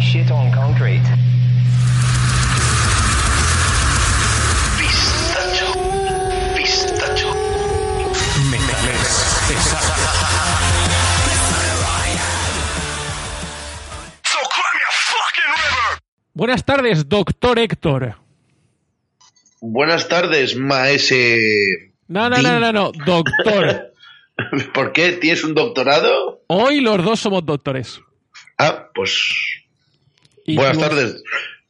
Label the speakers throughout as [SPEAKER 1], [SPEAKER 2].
[SPEAKER 1] shit on concrete.
[SPEAKER 2] Pistacho. Pistacho.
[SPEAKER 3] Metaleros. Exacto.
[SPEAKER 2] So cry me a fucking river.
[SPEAKER 4] Buenas tardes, doctor Héctor.
[SPEAKER 5] Buenas tardes, maese.
[SPEAKER 4] No, no, no, no, no, doctor.
[SPEAKER 5] ¿Por qué? ¿Tienes un doctorado?
[SPEAKER 4] Hoy los dos somos doctores.
[SPEAKER 5] Ah, pues.
[SPEAKER 4] Y
[SPEAKER 5] buenas
[SPEAKER 4] si vos-
[SPEAKER 5] tardes,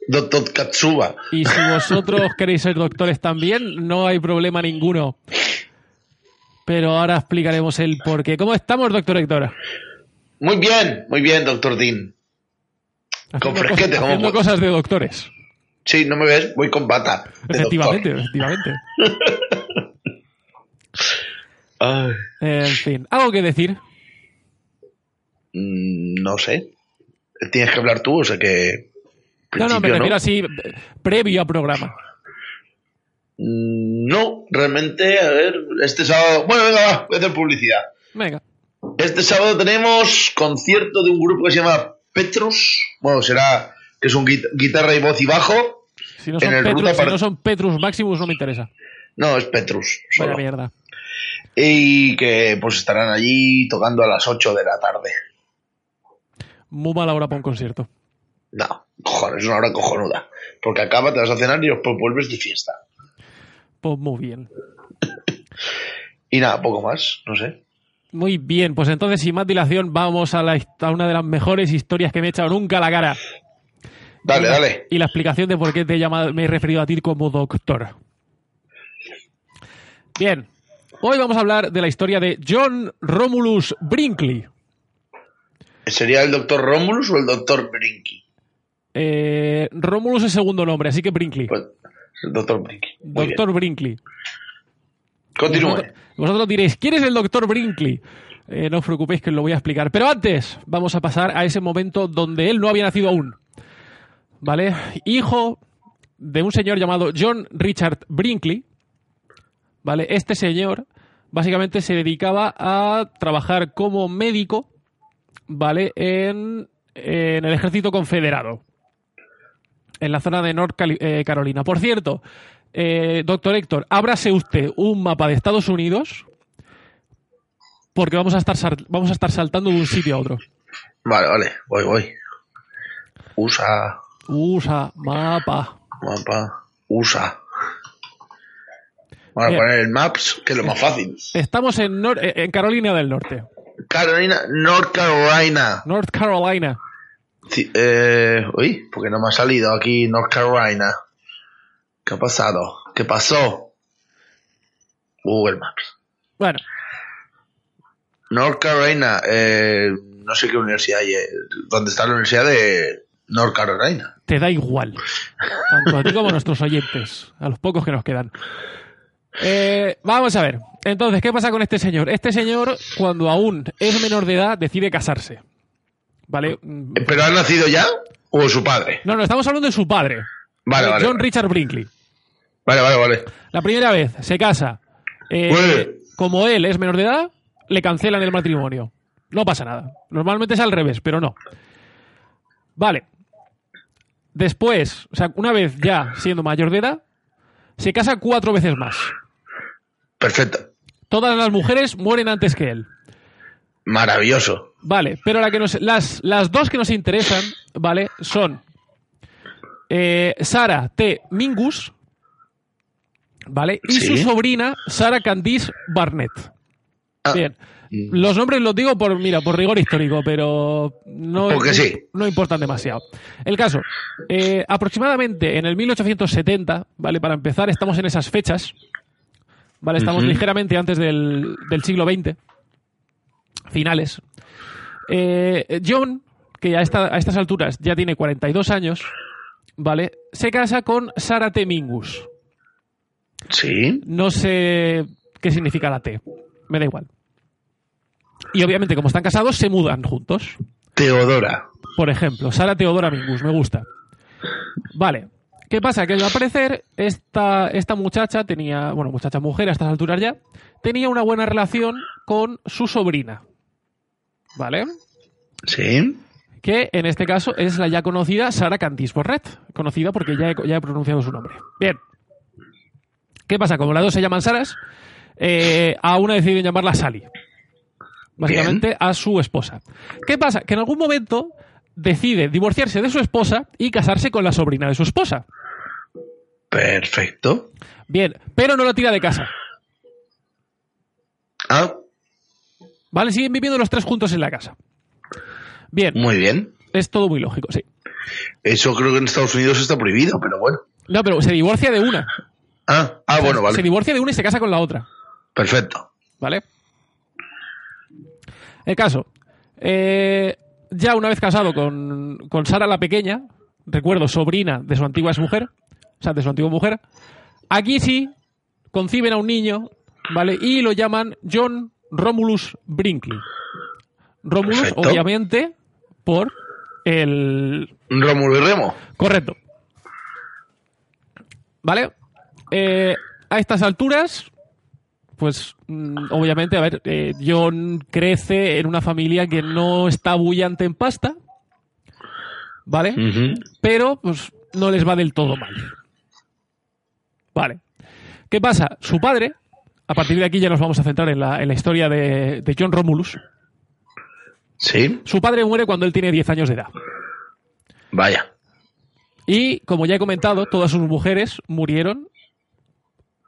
[SPEAKER 5] doctor Katsuba.
[SPEAKER 4] Y si vosotros queréis ser doctores también, no hay problema ninguno. Pero ahora explicaremos el por qué. ¿Cómo estamos, doctor Héctor?
[SPEAKER 5] Muy bien, muy bien, doctor Dean. Con
[SPEAKER 4] Haciendo
[SPEAKER 5] fresquete,
[SPEAKER 4] cosas-
[SPEAKER 5] como
[SPEAKER 4] haciendo
[SPEAKER 5] puedes.
[SPEAKER 4] cosas de doctores.
[SPEAKER 5] Sí, ¿no me ves? Voy con bata. de doctor.
[SPEAKER 4] Efectivamente, efectivamente.
[SPEAKER 5] Ay,
[SPEAKER 4] En fin, algo que decir.
[SPEAKER 5] mm, no sé. ¿Tienes que hablar tú? O sea que.
[SPEAKER 4] No, no, me
[SPEAKER 5] principio,
[SPEAKER 4] refiero así, eh, previo a programa.
[SPEAKER 5] Mm, No, realmente, a ver, este sábado. Bueno, venga, va, voy a hacer publicidad.
[SPEAKER 4] Venga.
[SPEAKER 5] Este sábado tenemos concierto de un grupo que se llama Petrus. Bueno, será que es un guit- guitarra y voz y bajo.
[SPEAKER 4] Si no
[SPEAKER 5] En
[SPEAKER 4] son,
[SPEAKER 5] el
[SPEAKER 4] Petrus,
[SPEAKER 5] Ruta
[SPEAKER 4] si
[SPEAKER 5] par-
[SPEAKER 4] no son Petrus Maximus, no me interesa.
[SPEAKER 5] No, es Petrus.
[SPEAKER 4] Vaya
[SPEAKER 5] solo.
[SPEAKER 4] mierda.
[SPEAKER 5] Y que pues estarán allí tocando a las 8 de la tarde.
[SPEAKER 4] Muy mala hora para un concierto.
[SPEAKER 5] No, cojones, es una hora cojonuda. Porque acaba, te vas a cenar y después vuelves de fiesta.
[SPEAKER 4] Pues muy bien.
[SPEAKER 5] Y nada, poco más, no sé.
[SPEAKER 4] Muy bien, pues entonces sin más dilación vamos a, la, his- a una de las mejores historias que me he echado nunca a la cara.
[SPEAKER 5] Dale, dale.
[SPEAKER 4] Y la explicación de por qué te he llamado, me he referido a ti como doctor. Bien, hoy vamos a hablar de la historia de John Romulus Brinkley.
[SPEAKER 5] ¿Sería el doctor Romulus o el doctor Brinky?
[SPEAKER 4] Eh, Romulus es segundo nombre, así que Brinkley.
[SPEAKER 5] Pues, el doctor Brinky. Muy bien.
[SPEAKER 4] Doctor Brinkley.
[SPEAKER 5] Continúe.
[SPEAKER 4] Vosotros, vosotros diréis, ¿quién es el doctor Brinkley? Eh, no os preocupéis que os lo voy a explicar. Pero antes, vamos a pasar a ese momento donde él no había nacido aún. ¿Vale? Hijo de un señor llamado John Richard Brinkley. ¿Vale? Este señor básicamente se dedicaba a trabajar como médico, ¿vale? En, en el ejército confederado. En la zona de North Cali- eh, Carolina. Por cierto, eh, doctor Héctor, ábrase usted un mapa de Estados Unidos porque vamos a estar sal- vamos a estar saltando de un sitio a otro.
[SPEAKER 5] Vale, vale, voy, voy. Usa,
[SPEAKER 4] Usa mapa.
[SPEAKER 5] mapa, usa. Vamos a
[SPEAKER 4] Bien.
[SPEAKER 5] poner el Maps, que es lo más fácil.
[SPEAKER 4] Estamos en, Nor- eh, en Carolina del Norte,
[SPEAKER 5] Carolina, North Carolina.
[SPEAKER 4] North Carolina.
[SPEAKER 5] Ci- eh, uy, porque no me ha salido aquí North Carolina. ¿Qué ha pasado? ¿Qué pasó? Google Maps.
[SPEAKER 4] Bueno,
[SPEAKER 5] North Carolina, eh, no sé qué universidad hay. eh, ¿Dónde está la universidad de North Carolina?
[SPEAKER 4] te da igual. Tanto a ti como a nuestros oyentes, a los pocos que nos quedan. Eh, vamos a ver. Entonces, ¿qué pasa con este señor? Este señor, cuando aún es menor de edad, decide casarse. ¿Vale? Mm,
[SPEAKER 5] Eh, ¿Pero ha nacido ya? ¿O su padre?
[SPEAKER 4] No, no, estamos hablando de su padre.
[SPEAKER 5] Vale,
[SPEAKER 4] de
[SPEAKER 5] vale.
[SPEAKER 4] Eh, John Richard Brinkley.
[SPEAKER 5] Vale, vale, vale.
[SPEAKER 4] La primera vez se casa. Eh,
[SPEAKER 5] Güey.
[SPEAKER 4] como él es menor de edad, le cancelan el matrimonio. No pasa nada. Normalmente es al revés, pero no. Vale. Después, o sea, una vez ya siendo mayor de edad, se casa cuatro veces más.
[SPEAKER 5] Perfecto.
[SPEAKER 4] Todas las mujeres mueren antes que él.
[SPEAKER 5] Maravilloso.
[SPEAKER 4] Vale, pero la que nos- las, las dos que nos interesan, ¿vale? Son eh, Sara T. Mingus, ¿vale? Y
[SPEAKER 5] Sí.
[SPEAKER 4] su sobrina, Sara Candice Barnett.
[SPEAKER 5] Ah,
[SPEAKER 4] Bien. Los nombres los digo por, mira, por rigor histórico, pero no,
[SPEAKER 5] Porque
[SPEAKER 4] no-
[SPEAKER 5] sí.
[SPEAKER 4] no importan demasiado. El caso, eh, aproximadamente en el 1870, ¿vale? Para empezar, estamos en esas fechas, ¿vale? Estamos
[SPEAKER 5] Ujú.
[SPEAKER 4] ligeramente antes del, del siglo XX, finales. Eh, John, que a, esta- a estas alturas ya tiene 42 años, ¿vale? Se casa con Sara T. Mingus.
[SPEAKER 5] Sí.
[SPEAKER 4] No sé qué significa la T. Me da igual. Y obviamente, como están casados, se mudan juntos.
[SPEAKER 5] Teodora.
[SPEAKER 4] Por ejemplo, Sara Teodora Mingus, me gusta. Vale. ¿Qué pasa? Que al parecer, esta, esta muchacha tenía, bueno, muchacha mujer a estas alturas ya, tenía una buena relación con su sobrina. ¿Vale?
[SPEAKER 5] Sí.
[SPEAKER 4] que en este caso es la ya conocida Sara Cantis Borret, conocida porque ya he, ya he pronunciado su nombre. Bien. ¿Qué pasa? Como las dos se llaman Saras, eh, a una deciden llamarla Sally. Básicamente a su esposa. ¿Qué pasa? Que en algún momento decide divorciarse de su esposa y casarse con la sobrina de su esposa.
[SPEAKER 5] Perfecto.
[SPEAKER 4] Bien, pero no la tira de casa.
[SPEAKER 5] Ah,
[SPEAKER 4] ¿Vale? Siguen viviendo los tres juntos en la casa. Bien,
[SPEAKER 5] muy bien.
[SPEAKER 4] es todo muy lógico, sí.
[SPEAKER 5] Eso creo que en Estados Unidos está prohibido, pero bueno.
[SPEAKER 4] No, pero se divorcia de una.
[SPEAKER 5] Ah, ah bueno,
[SPEAKER 4] Se
[SPEAKER 5] vale.
[SPEAKER 4] divorcia de una y se casa con la otra.
[SPEAKER 5] Perfecto.
[SPEAKER 4] ¿Vale? El caso. eh, ya una vez casado con, con Sara la Pequeña, recuerdo, sobrina de su antigua mujer, o sea, de su antigua mujer, aquí sí conciben a un niño, ¿vale? Y lo llaman John Romulus Brinkley. Romulus,
[SPEAKER 5] Perfecto.
[SPEAKER 4] obviamente, por el,
[SPEAKER 5] Rómulo y Remo.
[SPEAKER 4] Correcto. ¿Vale? Eh, a estas alturas, pues mm, obviamente, a ver, eh, John crece en una familia que no está bullante en pasta, ¿vale?
[SPEAKER 5] Ujú.
[SPEAKER 4] Pero pues no les va del todo mal. Vale. ¿Qué pasa? Su padre, a partir de aquí ya nos vamos a centrar en la, en la historia de- de John Romulus,
[SPEAKER 5] Sí,
[SPEAKER 4] su padre muere cuando él tiene 10 años de edad.
[SPEAKER 5] vaya.
[SPEAKER 4] Y como ya he comentado, todas sus mujeres murieron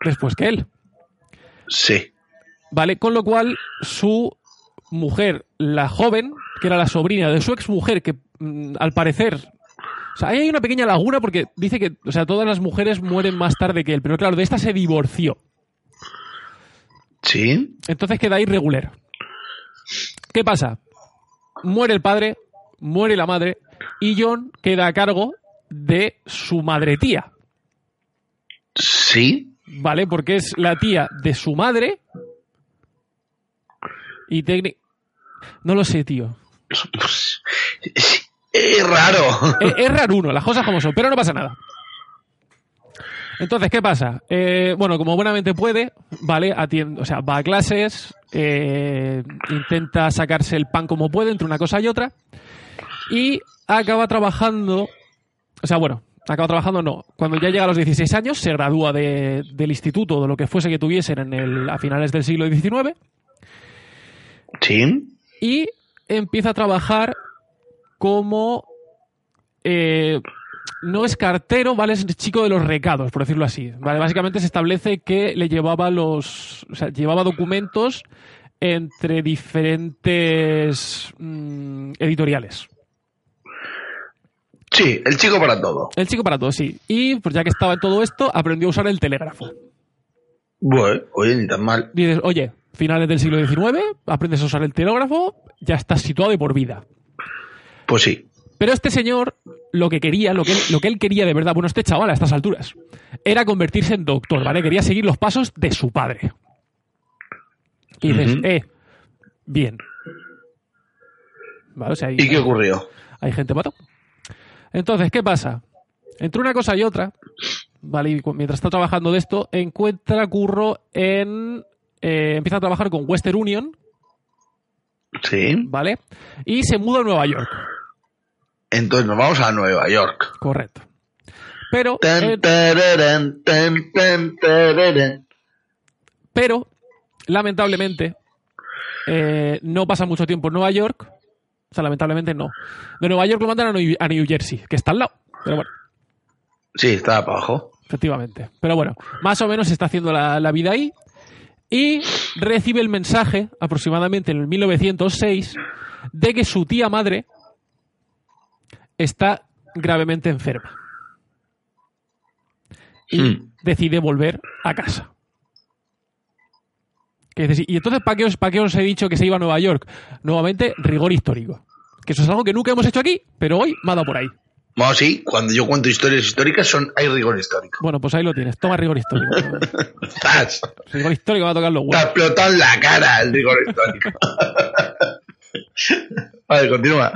[SPEAKER 4] después que él.
[SPEAKER 5] Sí.
[SPEAKER 4] ¿Vale? Con lo cual, su mujer, la joven, que era la sobrina de su exmujer, que mm, al parecer. O sea, ahí hay una pequeña laguna porque dice que o sea, todas las mujeres mueren más tarde que él. Pero claro, de esta se divorció.
[SPEAKER 5] Sí.
[SPEAKER 4] Entonces queda irregular. ¿Qué pasa? Muere el padre, muere la madre, y John queda a cargo de su madre tía.
[SPEAKER 5] Sí.
[SPEAKER 4] Vale, porque es la tía de su madre. Y técnic. No lo sé, tío.
[SPEAKER 5] Es raro.
[SPEAKER 4] Es, es raruno, las cosas como son, pero no pasa nada. Entonces, ¿qué pasa? Eh, bueno, como buenamente puede, ¿vale? Atiende, o sea, va a clases, eh, intenta sacarse el pan como puede entre una cosa y otra, y acaba trabajando, o sea, bueno, acaba trabajando no, cuando ya llega a los 16 años, se gradúa de- del instituto, de lo que fuese que tuviesen en el, a finales del siglo XIX,
[SPEAKER 5] Sí.
[SPEAKER 4] y empieza a trabajar como eh, no es cartero, ¿vale? Es chico de los recados, por decirlo así. ¿vale? Básicamente se establece que le llevaba los. O sea, llevaba documentos entre diferentes mm, editoriales.
[SPEAKER 5] Sí, el chico para todo.
[SPEAKER 4] El chico para todo, sí. Y pues ya que estaba en todo esto, aprendió a usar el telégrafo.
[SPEAKER 5] Bueno, oye, ni tan mal.
[SPEAKER 4] Dices, oye, finales del siglo XIX, aprendes a usar el telégrafo, ya estás situado de por vida.
[SPEAKER 5] Pues sí.
[SPEAKER 4] Pero este señor lo que quería, lo que, él, lo que él quería de verdad, bueno, este chaval a estas alturas, era convertirse en doctor, ¿vale? Quería seguir los pasos de su padre. Y dices,
[SPEAKER 5] Ujú.
[SPEAKER 4] eh, bien. Vale, o sea, hay,
[SPEAKER 5] ¿Y qué ocurrió?
[SPEAKER 4] hay gente mató. Entonces, ¿qué pasa? Entre una cosa y otra, ¿vale? Y cu- mientras está trabajando de esto, encuentra curro en... eh, empieza a trabajar con Western Union,
[SPEAKER 5] Sí.
[SPEAKER 4] ¿vale? Y se muda a Nueva York.
[SPEAKER 5] Entonces nos vamos a Nueva York.
[SPEAKER 4] Correcto. Pero...
[SPEAKER 5] Tan,
[SPEAKER 4] en-
[SPEAKER 5] tararán, tan, tan, tararán.
[SPEAKER 4] Pero, lamentablemente, eh, no pasa mucho tiempo en Nueva York. O sea, lamentablemente no. De Nueva York lo mandan a New, a New Jersey, que está al lado. Pero bueno,
[SPEAKER 5] Sí, estaba para abajo.
[SPEAKER 4] efectivamente. Pero bueno, más o menos se está haciendo la, la vida ahí. Y recibe el mensaje, aproximadamente en el 1906, de que su tía madre está gravemente enferma. Y
[SPEAKER 5] Mm.
[SPEAKER 4] decide volver a casa. Que dices, y entonces, ¿para qué, os, pa' qué os he dicho que se iba a Nueva York? Nuevamente, rigor histórico. Que eso es algo que nunca hemos hecho aquí, pero hoy me ha dado por ahí.
[SPEAKER 5] Bueno, sí, cuando yo cuento historias históricas son hay rigor histórico.
[SPEAKER 4] Bueno, pues ahí lo tienes. Toma rigor histórico.
[SPEAKER 5] ¡Estás!
[SPEAKER 4] rigor histórico va a tocar los
[SPEAKER 5] Te ha
[SPEAKER 4] huevos.
[SPEAKER 5] explotado en la cara el rigor histórico. vale, continúa.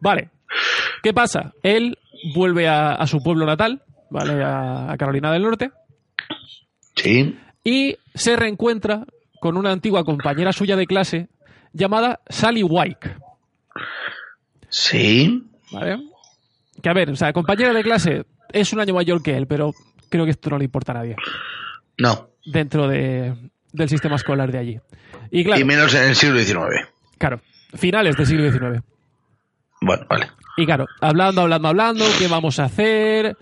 [SPEAKER 4] Vale. ¿Qué pasa? Él vuelve a, a su pueblo natal, ¿vale? A, a Carolina del Norte,
[SPEAKER 5] Sí.
[SPEAKER 4] y se reencuentra con una antigua compañera suya de clase llamada Sally White.
[SPEAKER 5] Sí.
[SPEAKER 4] ¿Vale? Que a ver, o sea, compañera de clase es un año mayor que él, pero creo que esto no le importa a nadie
[SPEAKER 5] No.
[SPEAKER 4] dentro de, del sistema escolar de allí. Y claro,
[SPEAKER 5] Y menos en el siglo XIX.
[SPEAKER 4] claro, finales del siglo XIX.
[SPEAKER 5] Bueno, vale.
[SPEAKER 4] Y claro, hablando, hablando, hablando, ¿qué vamos a hacer?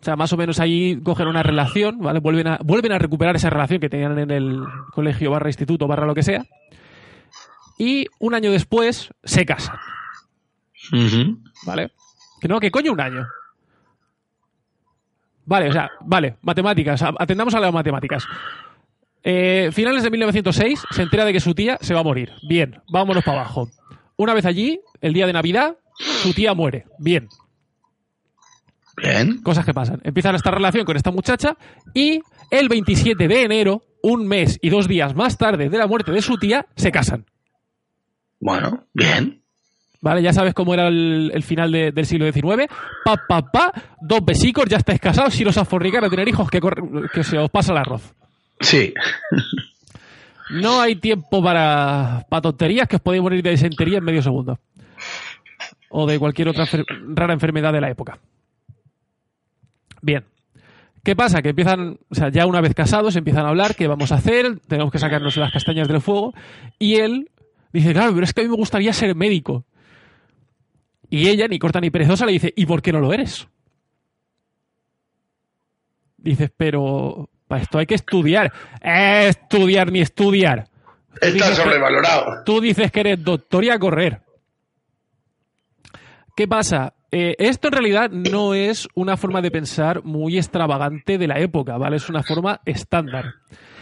[SPEAKER 4] O sea, más o menos ahí cogen una relación, ¿vale? Vuelven a, vuelven a recuperar esa relación que tenían en el colegio barra instituto barra lo que sea. Y un año después se casan,
[SPEAKER 5] Ujú.
[SPEAKER 4] ¿vale? Que no, que coño un año. Vale, o sea, vale, matemáticas, a- atendamos a las matemáticas. Eh, finales de 1906 se entera de que su tía se va a morir. Bien, vámonos para abajo. Una vez allí, el día de Navidad, su tía muere. Bien,
[SPEAKER 5] Bien.
[SPEAKER 4] cosas que pasan. Empiezan esta relación con esta muchacha y el 27 de enero, un mes y dos días más tarde de la muerte de su tía, se casan.
[SPEAKER 5] Bueno, bien.
[SPEAKER 4] ¿Vale? Ya sabes cómo era el, el final de- del siglo XIX. Pa, pa, pa, dos besicos, ya estáis casados. Si los os fornicar o tener hijos, que, corre- que se os pasa el arroz.
[SPEAKER 5] Sí.
[SPEAKER 4] No hay tiempo para, para tonterías que os podéis morir de disentería en medio segundo. O de cualquier otra enfer- rara enfermedad de la época. Bien. ¿Qué pasa? Que empiezan, o sea, ya una vez casados, empiezan a hablar, ¿qué vamos a hacer? Tenemos que sacarnos las castañas del fuego. Y él dice, claro, pero es que a mí me gustaría ser médico. Y ella, ni corta ni perezosa, le dice, ¿y por qué no lo eres? Dices, pero para esto hay que estudiar. Eh, estudiar ni estudiar. Tú
[SPEAKER 5] Está
[SPEAKER 4] dices que-
[SPEAKER 5] sobrevalorado.
[SPEAKER 4] Tú dices que eres doctor y a correr. ¿Qué pasa? Eh, esto en realidad no es una forma de pensar muy extravagante de la época, ¿vale? Es una forma estándar.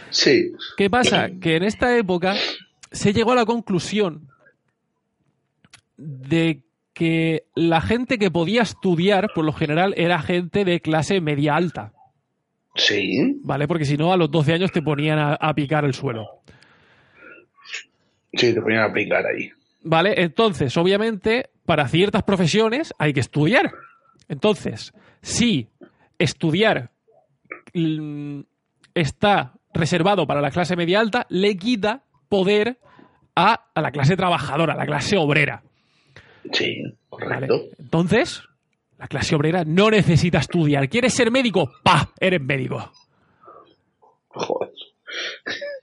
[SPEAKER 5] Sí.
[SPEAKER 4] ¿Qué pasa? Que en esta época se llegó a la conclusión de que la gente que podía estudiar, por lo general, era gente de clase media alta,
[SPEAKER 5] Sí.
[SPEAKER 4] ¿vale? Porque si no, a los 12 años te ponían a- a picar el suelo.
[SPEAKER 5] Sí, te ponían a aplicar ahí.
[SPEAKER 4] ¿Vale? Entonces, obviamente, para ciertas profesiones hay que estudiar. Entonces, si estudiar mm, está reservado para la clase media alta, le quita poder a, a la clase trabajadora, a la clase obrera.
[SPEAKER 5] Sí.
[SPEAKER 4] ¿vale?
[SPEAKER 5] Correcto.
[SPEAKER 4] Entonces, la clase obrera no necesita estudiar. ¿Quieres ser médico? ¡Pa! Eres médico.
[SPEAKER 5] Joder.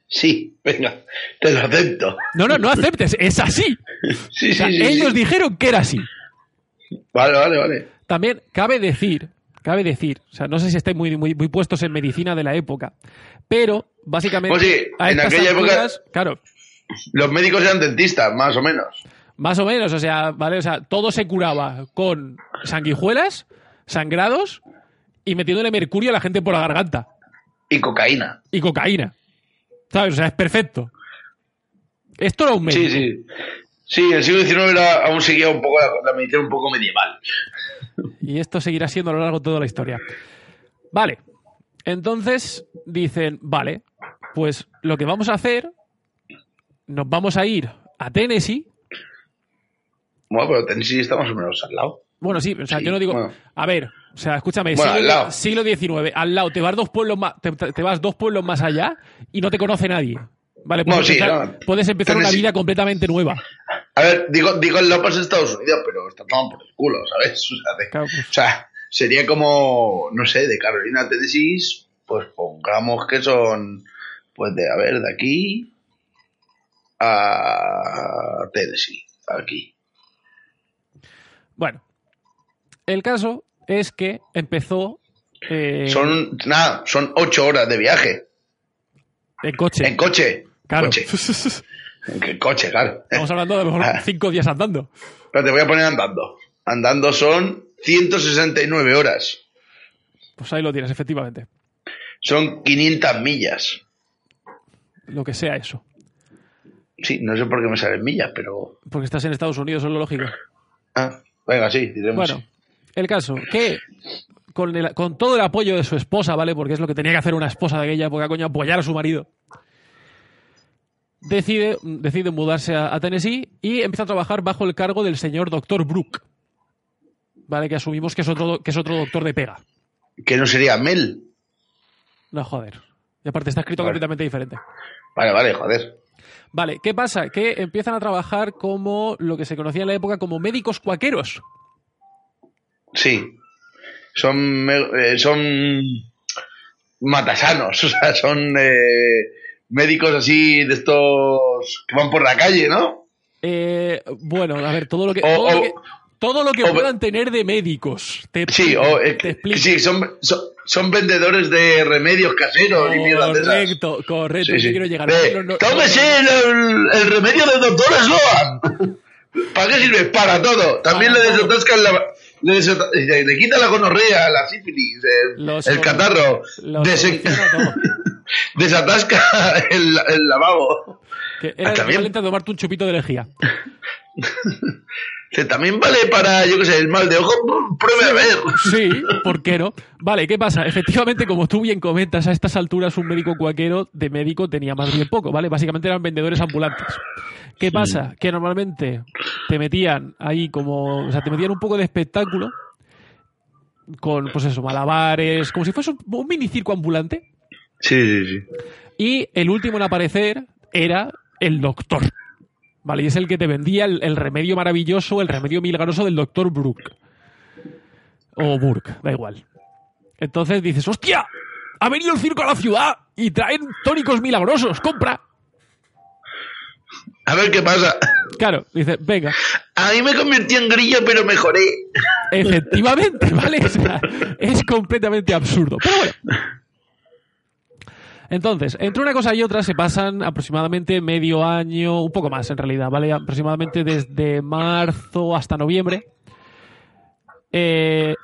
[SPEAKER 5] Sí, venga. Te lo acepto.
[SPEAKER 4] No, no, no aceptes. Es así.
[SPEAKER 5] Sí,
[SPEAKER 4] O sea,
[SPEAKER 5] sí, sí.
[SPEAKER 4] ellos
[SPEAKER 5] sí.
[SPEAKER 4] dijeron que era así.
[SPEAKER 5] Vale, vale, vale.
[SPEAKER 4] También cabe decir, cabe decir, o sea, no sé si estáis muy, muy, muy puestos en medicina de la época, pero básicamente
[SPEAKER 5] Pues sí,
[SPEAKER 4] a
[SPEAKER 5] en
[SPEAKER 4] estas
[SPEAKER 5] aquella época-
[SPEAKER 4] claro,
[SPEAKER 5] Los médicos eran dentistas, más o menos.
[SPEAKER 4] más o menos, o sea, vale, o sea, todo se curaba con sanguijuelas, sangrados y metiéndole mercurio a la gente por la garganta
[SPEAKER 5] Y cocaína.
[SPEAKER 4] y cocaína. ¿Sabes? O sea, es perfecto. Esto era un médico.
[SPEAKER 5] Sí, sí. Sí, el siglo XIX era, aún seguía un poco la, la medicina un poco medieval.
[SPEAKER 4] Y esto seguirá siendo a lo largo de toda la historia. Vale. Entonces dicen, vale, pues lo que vamos a hacer, nos vamos a ir a Tennessee.
[SPEAKER 5] Bueno, pero Tennessee está más o menos al lado.
[SPEAKER 4] Bueno, sí, o sea,
[SPEAKER 5] Sí,
[SPEAKER 4] yo no digo,
[SPEAKER 5] bueno.
[SPEAKER 4] a ver, o sea, escúchame,
[SPEAKER 5] Bueno, al
[SPEAKER 4] siglo,
[SPEAKER 5] lado.
[SPEAKER 4] siglo XIX, al lado, te vas dos pueblos más, te, te vas dos pueblos más allá y no te conoce nadie. Vale,
[SPEAKER 5] Bueno,
[SPEAKER 4] puedes
[SPEAKER 5] sí,
[SPEAKER 4] empezar,
[SPEAKER 5] no.
[SPEAKER 4] puedes empezar una
[SPEAKER 5] Tennessee.
[SPEAKER 4] vida completamente nueva.
[SPEAKER 5] A ver, digo, digo el López Estados Unidos, pero está tomado por el culo, ¿sabes? O sea, de-
[SPEAKER 4] Claro, pues.
[SPEAKER 5] o sea, sería como, no sé, de Carolina a Tennessee, pues pongamos que son, pues de, a ver, de aquí a Tennessee, aquí.
[SPEAKER 4] Bueno, el caso es que empezó eh,
[SPEAKER 5] Son, nada, son ocho horas de viaje.
[SPEAKER 4] en coche.
[SPEAKER 5] En coche.
[SPEAKER 4] claro.
[SPEAKER 5] Coche. En coche, claro.
[SPEAKER 4] Estamos hablando de a lo mejor
[SPEAKER 5] Ah.
[SPEAKER 4] cinco días andando.
[SPEAKER 5] Pero te voy a poner andando. Andando son 169 horas.
[SPEAKER 4] Pues ahí lo tienes, efectivamente.
[SPEAKER 5] Son 500 millas.
[SPEAKER 4] Lo que sea eso.
[SPEAKER 5] Sí, no sé por qué me salen millas, pero.
[SPEAKER 4] Porque estás en Estados Unidos, eso es lo lógico.
[SPEAKER 5] Ah, venga, sí, diremos.
[SPEAKER 4] Bueno, el caso, que con, el- con todo el apoyo de su esposa, ¿vale? Porque es lo que tenía que hacer una esposa de aquella época, coño, apoyar a su marido. Decide, decide mudarse a, a Tennessee y empieza a trabajar bajo el cargo del señor Dr. Brooke. ¿Vale? Que asumimos que es otro, do- que es otro doctor de pega.
[SPEAKER 5] Que no sería Mel.
[SPEAKER 4] No, joder. Y aparte está escrito
[SPEAKER 5] Vale.
[SPEAKER 4] completamente diferente.
[SPEAKER 5] Vale, vale, joder.
[SPEAKER 4] Vale, ¿qué pasa? Que empiezan a trabajar como lo que se conocía en la época como médicos cuaqueros.
[SPEAKER 5] Sí. Son, eh, son matasanos, o sea, son eh, médicos así de estos que van por la calle, ¿no?
[SPEAKER 4] Eh, bueno, a ver, todo lo que.
[SPEAKER 5] O-
[SPEAKER 4] todo, lo
[SPEAKER 5] o-
[SPEAKER 4] que todo lo que
[SPEAKER 5] o-
[SPEAKER 4] puedan tener de médicos. Te
[SPEAKER 5] Sí,
[SPEAKER 4] explico,
[SPEAKER 5] o, eh,
[SPEAKER 4] te explico.
[SPEAKER 5] sí son, son, son vendedores de remedios caseros y mierda de esas.
[SPEAKER 4] correcto, correcto.
[SPEAKER 5] Sí,
[SPEAKER 4] yo
[SPEAKER 5] sí.
[SPEAKER 4] quiero llegar
[SPEAKER 5] Eh,
[SPEAKER 4] No, no, no,
[SPEAKER 5] tómese
[SPEAKER 4] no,
[SPEAKER 5] El, el remedio del doctor Sloan. ¿Para qué sirve? Para todo. También
[SPEAKER 4] Para
[SPEAKER 5] le
[SPEAKER 4] todo.
[SPEAKER 5] desatascan la. Le, desata- le- le quita la gonorrea, la sífilis, el,
[SPEAKER 4] Los
[SPEAKER 5] el
[SPEAKER 4] solu-
[SPEAKER 5] catarro.
[SPEAKER 4] lo
[SPEAKER 5] Desen-
[SPEAKER 4] soluciona todo.
[SPEAKER 5] desatasca el, el lavabo.
[SPEAKER 4] que era
[SPEAKER 5] Ah, también.
[SPEAKER 4] equivalente a tomarte un chupito de lejía.
[SPEAKER 5] Que también vale para, yo qué sé, el mal de ojo. Pruebe a ver.
[SPEAKER 4] Sí, ¿por qué no? Vale, ¿qué pasa? Efectivamente, como tú bien comentas, a estas alturas un médico cuaquero de médico tenía más bien poco, ¿vale? Básicamente eran vendedores ambulantes. ¿Qué pasa? Que normalmente te metían ahí como, o sea, te metían un poco de espectáculo con, pues eso, malabares, como si fuese un- un mini circo ambulante.
[SPEAKER 5] Sí, sí, sí.
[SPEAKER 4] Y el último en aparecer era el doctor. ¿Vale? Y es el que te vendía el, el remedio maravilloso, el remedio milagroso del doctor Brooke. O Burke, da igual. Entonces dices, ¡hostia! Ha venido el circo a la ciudad y traen tónicos milagrosos, compra.
[SPEAKER 5] A ver qué pasa.
[SPEAKER 4] Claro, dices, venga.
[SPEAKER 5] A mí me convertí en grillo, pero mejoré.
[SPEAKER 4] Efectivamente, ¿vale? O sea, es completamente absurdo. Pero bueno. Entonces, entre una cosa y otra se pasan aproximadamente medio año, un poco más en realidad, ¿vale? Aproximadamente desde marzo hasta noviembre. Eh,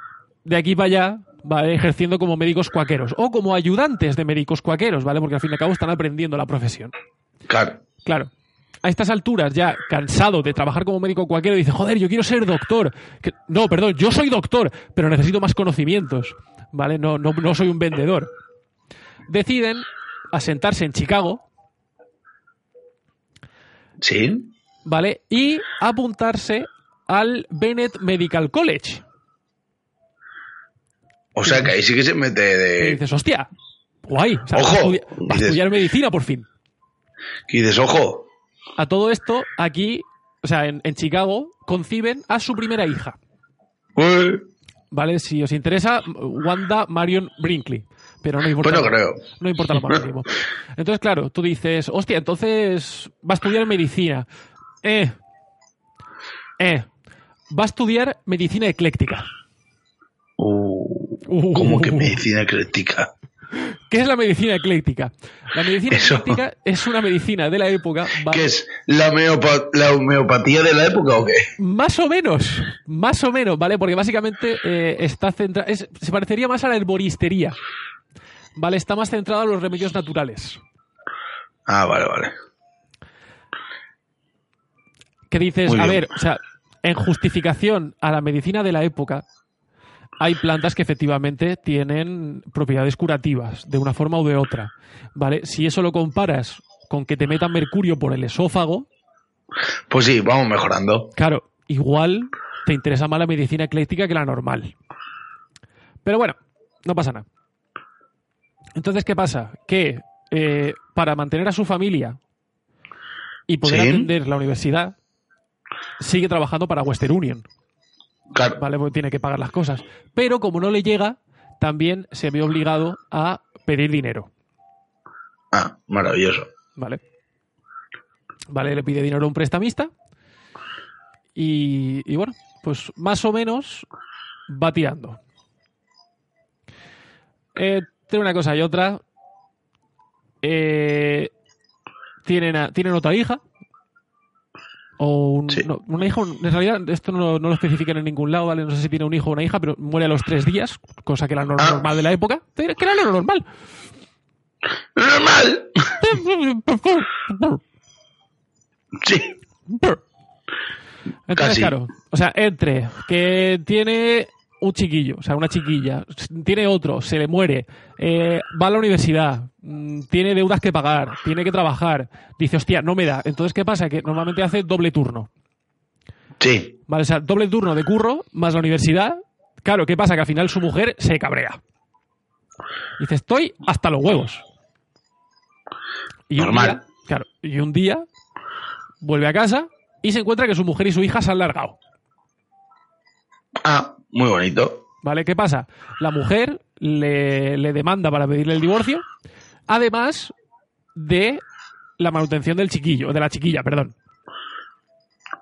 [SPEAKER 4] de aquí para allá, ¿vale? Ejerciendo como médicos cuaqueros o como ayudantes de médicos cuaqueros, ¿vale? Porque al fin y al cabo están aprendiendo la profesión.
[SPEAKER 5] Claro.
[SPEAKER 4] Claro. A estas alturas, ya cansado de trabajar como médico cualquiera, dice, joder, yo quiero ser doctor. Que- no, perdón, yo soy doctor, pero necesito más conocimientos. ¿Vale? No, no, no soy un vendedor. Deciden asentarse en Chicago,
[SPEAKER 5] Sí.
[SPEAKER 4] ¿vale? Y apuntarse al Bennett Medical College.
[SPEAKER 5] O sea que ahí sí que se mete
[SPEAKER 4] Y
[SPEAKER 5] de.
[SPEAKER 4] dices, hostia, guay. o sea,
[SPEAKER 5] Eh. Ojo,
[SPEAKER 4] va a estudiar- va a
[SPEAKER 5] dices-
[SPEAKER 4] estudiar medicina por fin.
[SPEAKER 5] Y dices, ojo,
[SPEAKER 4] A todo esto, aquí, o sea, en- en Chicago, conciben a su primera hija.
[SPEAKER 5] Eh,
[SPEAKER 4] ¿Vale? Si os interesa, Wanda Marion Brinkley. Pero no importa,
[SPEAKER 5] Pues no creo.
[SPEAKER 4] no importa lo más mínimo. Entonces, claro, tú dices, hostia, entonces va a estudiar medicina. Eh. Eh. Va a estudiar medicina ecléctica.
[SPEAKER 5] Uh,
[SPEAKER 4] Uh.
[SPEAKER 5] ¿Cómo que medicina crítica?
[SPEAKER 4] ¿Qué es la medicina ecléctica? La medicina
[SPEAKER 5] Eso.
[SPEAKER 4] ecléctica es una medicina de la época. ¿vale?
[SPEAKER 5] ¿Qué es? ¿La, homeopa- ¿La homeopatía de la época o qué?
[SPEAKER 4] Más o menos. Más o menos, ¿vale? Porque básicamente eh, está centra- es- se parecería más a la herboristería. ¿Vale? Está más centrada a los remedios naturales.
[SPEAKER 5] Ah, vale, vale.
[SPEAKER 4] que dices,
[SPEAKER 5] Muy
[SPEAKER 4] a
[SPEAKER 5] bien.
[SPEAKER 4] ver, o sea, en justificación a la medicina de la época, hay plantas que efectivamente tienen propiedades curativas, de una forma o de otra. ¿Vale? Si eso lo comparas con que te metan mercurio por el esófago,
[SPEAKER 5] Pues sí, vamos mejorando.
[SPEAKER 4] claro, igual te interesa más la medicina ecléctica que la normal. Pero bueno, no pasa nada. Entonces, ¿qué pasa? Que eh, para mantener a su familia y poder
[SPEAKER 5] Sí.
[SPEAKER 4] atender la universidad, sigue trabajando para Western Union.
[SPEAKER 5] Claro.
[SPEAKER 4] ¿vale? Porque tiene que pagar las cosas. Pero como no le llega, también se ve obligado a pedir dinero,
[SPEAKER 5] Ah, maravilloso.
[SPEAKER 4] ¿vale? Vale, le pide dinero a un prestamista y, y bueno, pues más o menos va tirando. Eh, entre una cosa y otra, eh, tienen, a- tienen otra hija. O un-
[SPEAKER 5] Sí.
[SPEAKER 4] no, una hija, un- en realidad esto no, no lo especifican en ningún lado, ¿vale? No sé si tiene un hijo o una hija, pero muere a los tres días, cosa que era lo
[SPEAKER 5] Ah.
[SPEAKER 4] normal de la época. Que era lo normal.
[SPEAKER 5] ¡Normal! Sí.
[SPEAKER 4] Entonces,
[SPEAKER 5] Casi.
[SPEAKER 4] claro, o sea, entre que tiene un chiquillo, o sea, una chiquilla, tiene otro, se le muere, eh, va a la universidad, mm, tiene deudas que pagar, tiene que trabajar, dice, hostia, no me da. Entonces, ¿qué pasa? Que normalmente hace doble turno,
[SPEAKER 5] Sí.
[SPEAKER 4] ¿vale? O sea, doble turno de curro más la universidad. Claro, ¿qué pasa? Que al final su mujer se cabrea. Dice, estoy hasta los huevos. Y un
[SPEAKER 5] Normal.
[SPEAKER 4] día- Claro, y un día vuelve a casa y se encuentra que su mujer y su hija se han largado.
[SPEAKER 5] Ah, muy bonito.
[SPEAKER 4] ¿Vale? ¿Qué pasa? La mujer le, le demanda para pedirle el divorcio, además de la manutención del chiquillo, de la chiquilla, perdón.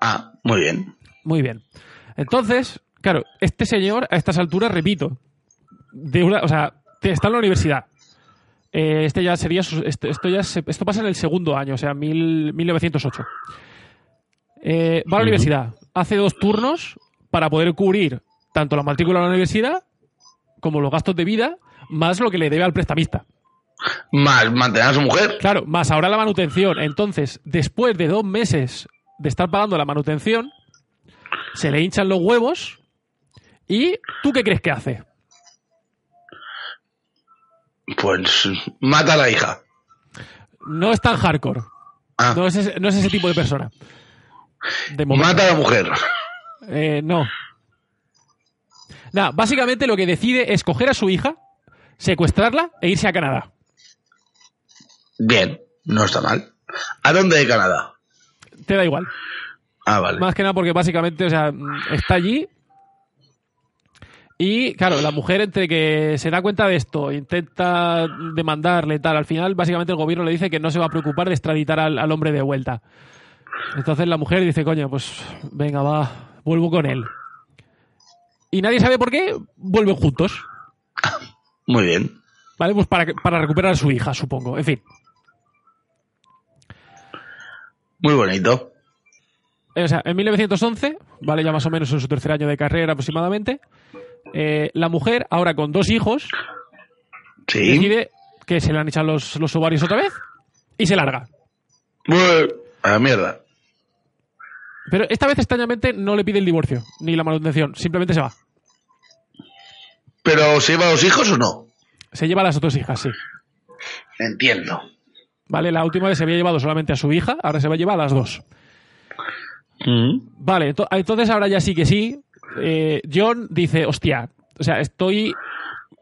[SPEAKER 5] Ah, muy bien.
[SPEAKER 4] Muy bien. Entonces, claro, este señor a estas alturas, repito, de una, o sea, te- está en la universidad. Eh, este ya sería su- esto, esto ya se- esto pasa en el segundo año, o sea, mil- 1908. Eh, va a la universidad, hace dos turnos para poder cubrir tanto la matrícula de la universidad como los gastos de vida, más lo que le debe al prestamista.
[SPEAKER 5] Más mantener a su mujer.
[SPEAKER 4] Claro, más ahora la manutención. Entonces, después de dos meses de estar pagando la manutención, se le hinchan los huevos. ¿Y tú qué crees que hace?
[SPEAKER 5] Pues mata a la hija.
[SPEAKER 4] No es tan hardcore.
[SPEAKER 5] Ah,
[SPEAKER 4] No es ese, no es ese tipo de persona. De momento.
[SPEAKER 5] mata a la mujer.
[SPEAKER 4] Eh, no. Nada, básicamente lo que decide es coger a su hija, secuestrarla e irse a Canadá.
[SPEAKER 5] Bien, no está mal. ¿A dónde de Canadá?
[SPEAKER 4] Te da igual.
[SPEAKER 5] Ah, vale.
[SPEAKER 4] Más que nada porque básicamente, o sea, mm, está allí. Y claro, la mujer entre que se da cuenta de esto, intenta demandarle tal, al final básicamente el gobierno le dice que no se va a preocupar de extraditar al, al hombre de vuelta. Entonces la mujer dice, coño, pues venga, va, vuelvo con él. Y nadie sabe por qué, vuelven juntos.
[SPEAKER 5] Muy bien.
[SPEAKER 4] ¿Vale? Pues para, que- para recuperar a su hija, supongo. En fin.
[SPEAKER 5] Muy bonito.
[SPEAKER 4] O sea, en 1911, ¿vale? Ya más o menos en su tercer año de carrera aproximadamente, eh, la mujer, ahora con dos hijos,
[SPEAKER 5] Sí.
[SPEAKER 4] decide que se le han echado los, los ovarios otra vez y se larga.
[SPEAKER 5] Bueno, A la mierda.
[SPEAKER 4] Pero esta vez extrañamente no le pide el divorcio ni la manutención, simplemente se va.
[SPEAKER 5] ¿Pero se lleva a los hijos o no?
[SPEAKER 4] Se lleva a las otras hijas, sí.
[SPEAKER 5] Entiendo.
[SPEAKER 4] Vale, la última vez se había llevado solamente a su hija, ahora se va a llevar a las dos.
[SPEAKER 5] Mm.
[SPEAKER 4] Vale, ento- entonces ahora ya sí que sí. eh, John dice, hostia, o sea, estoy,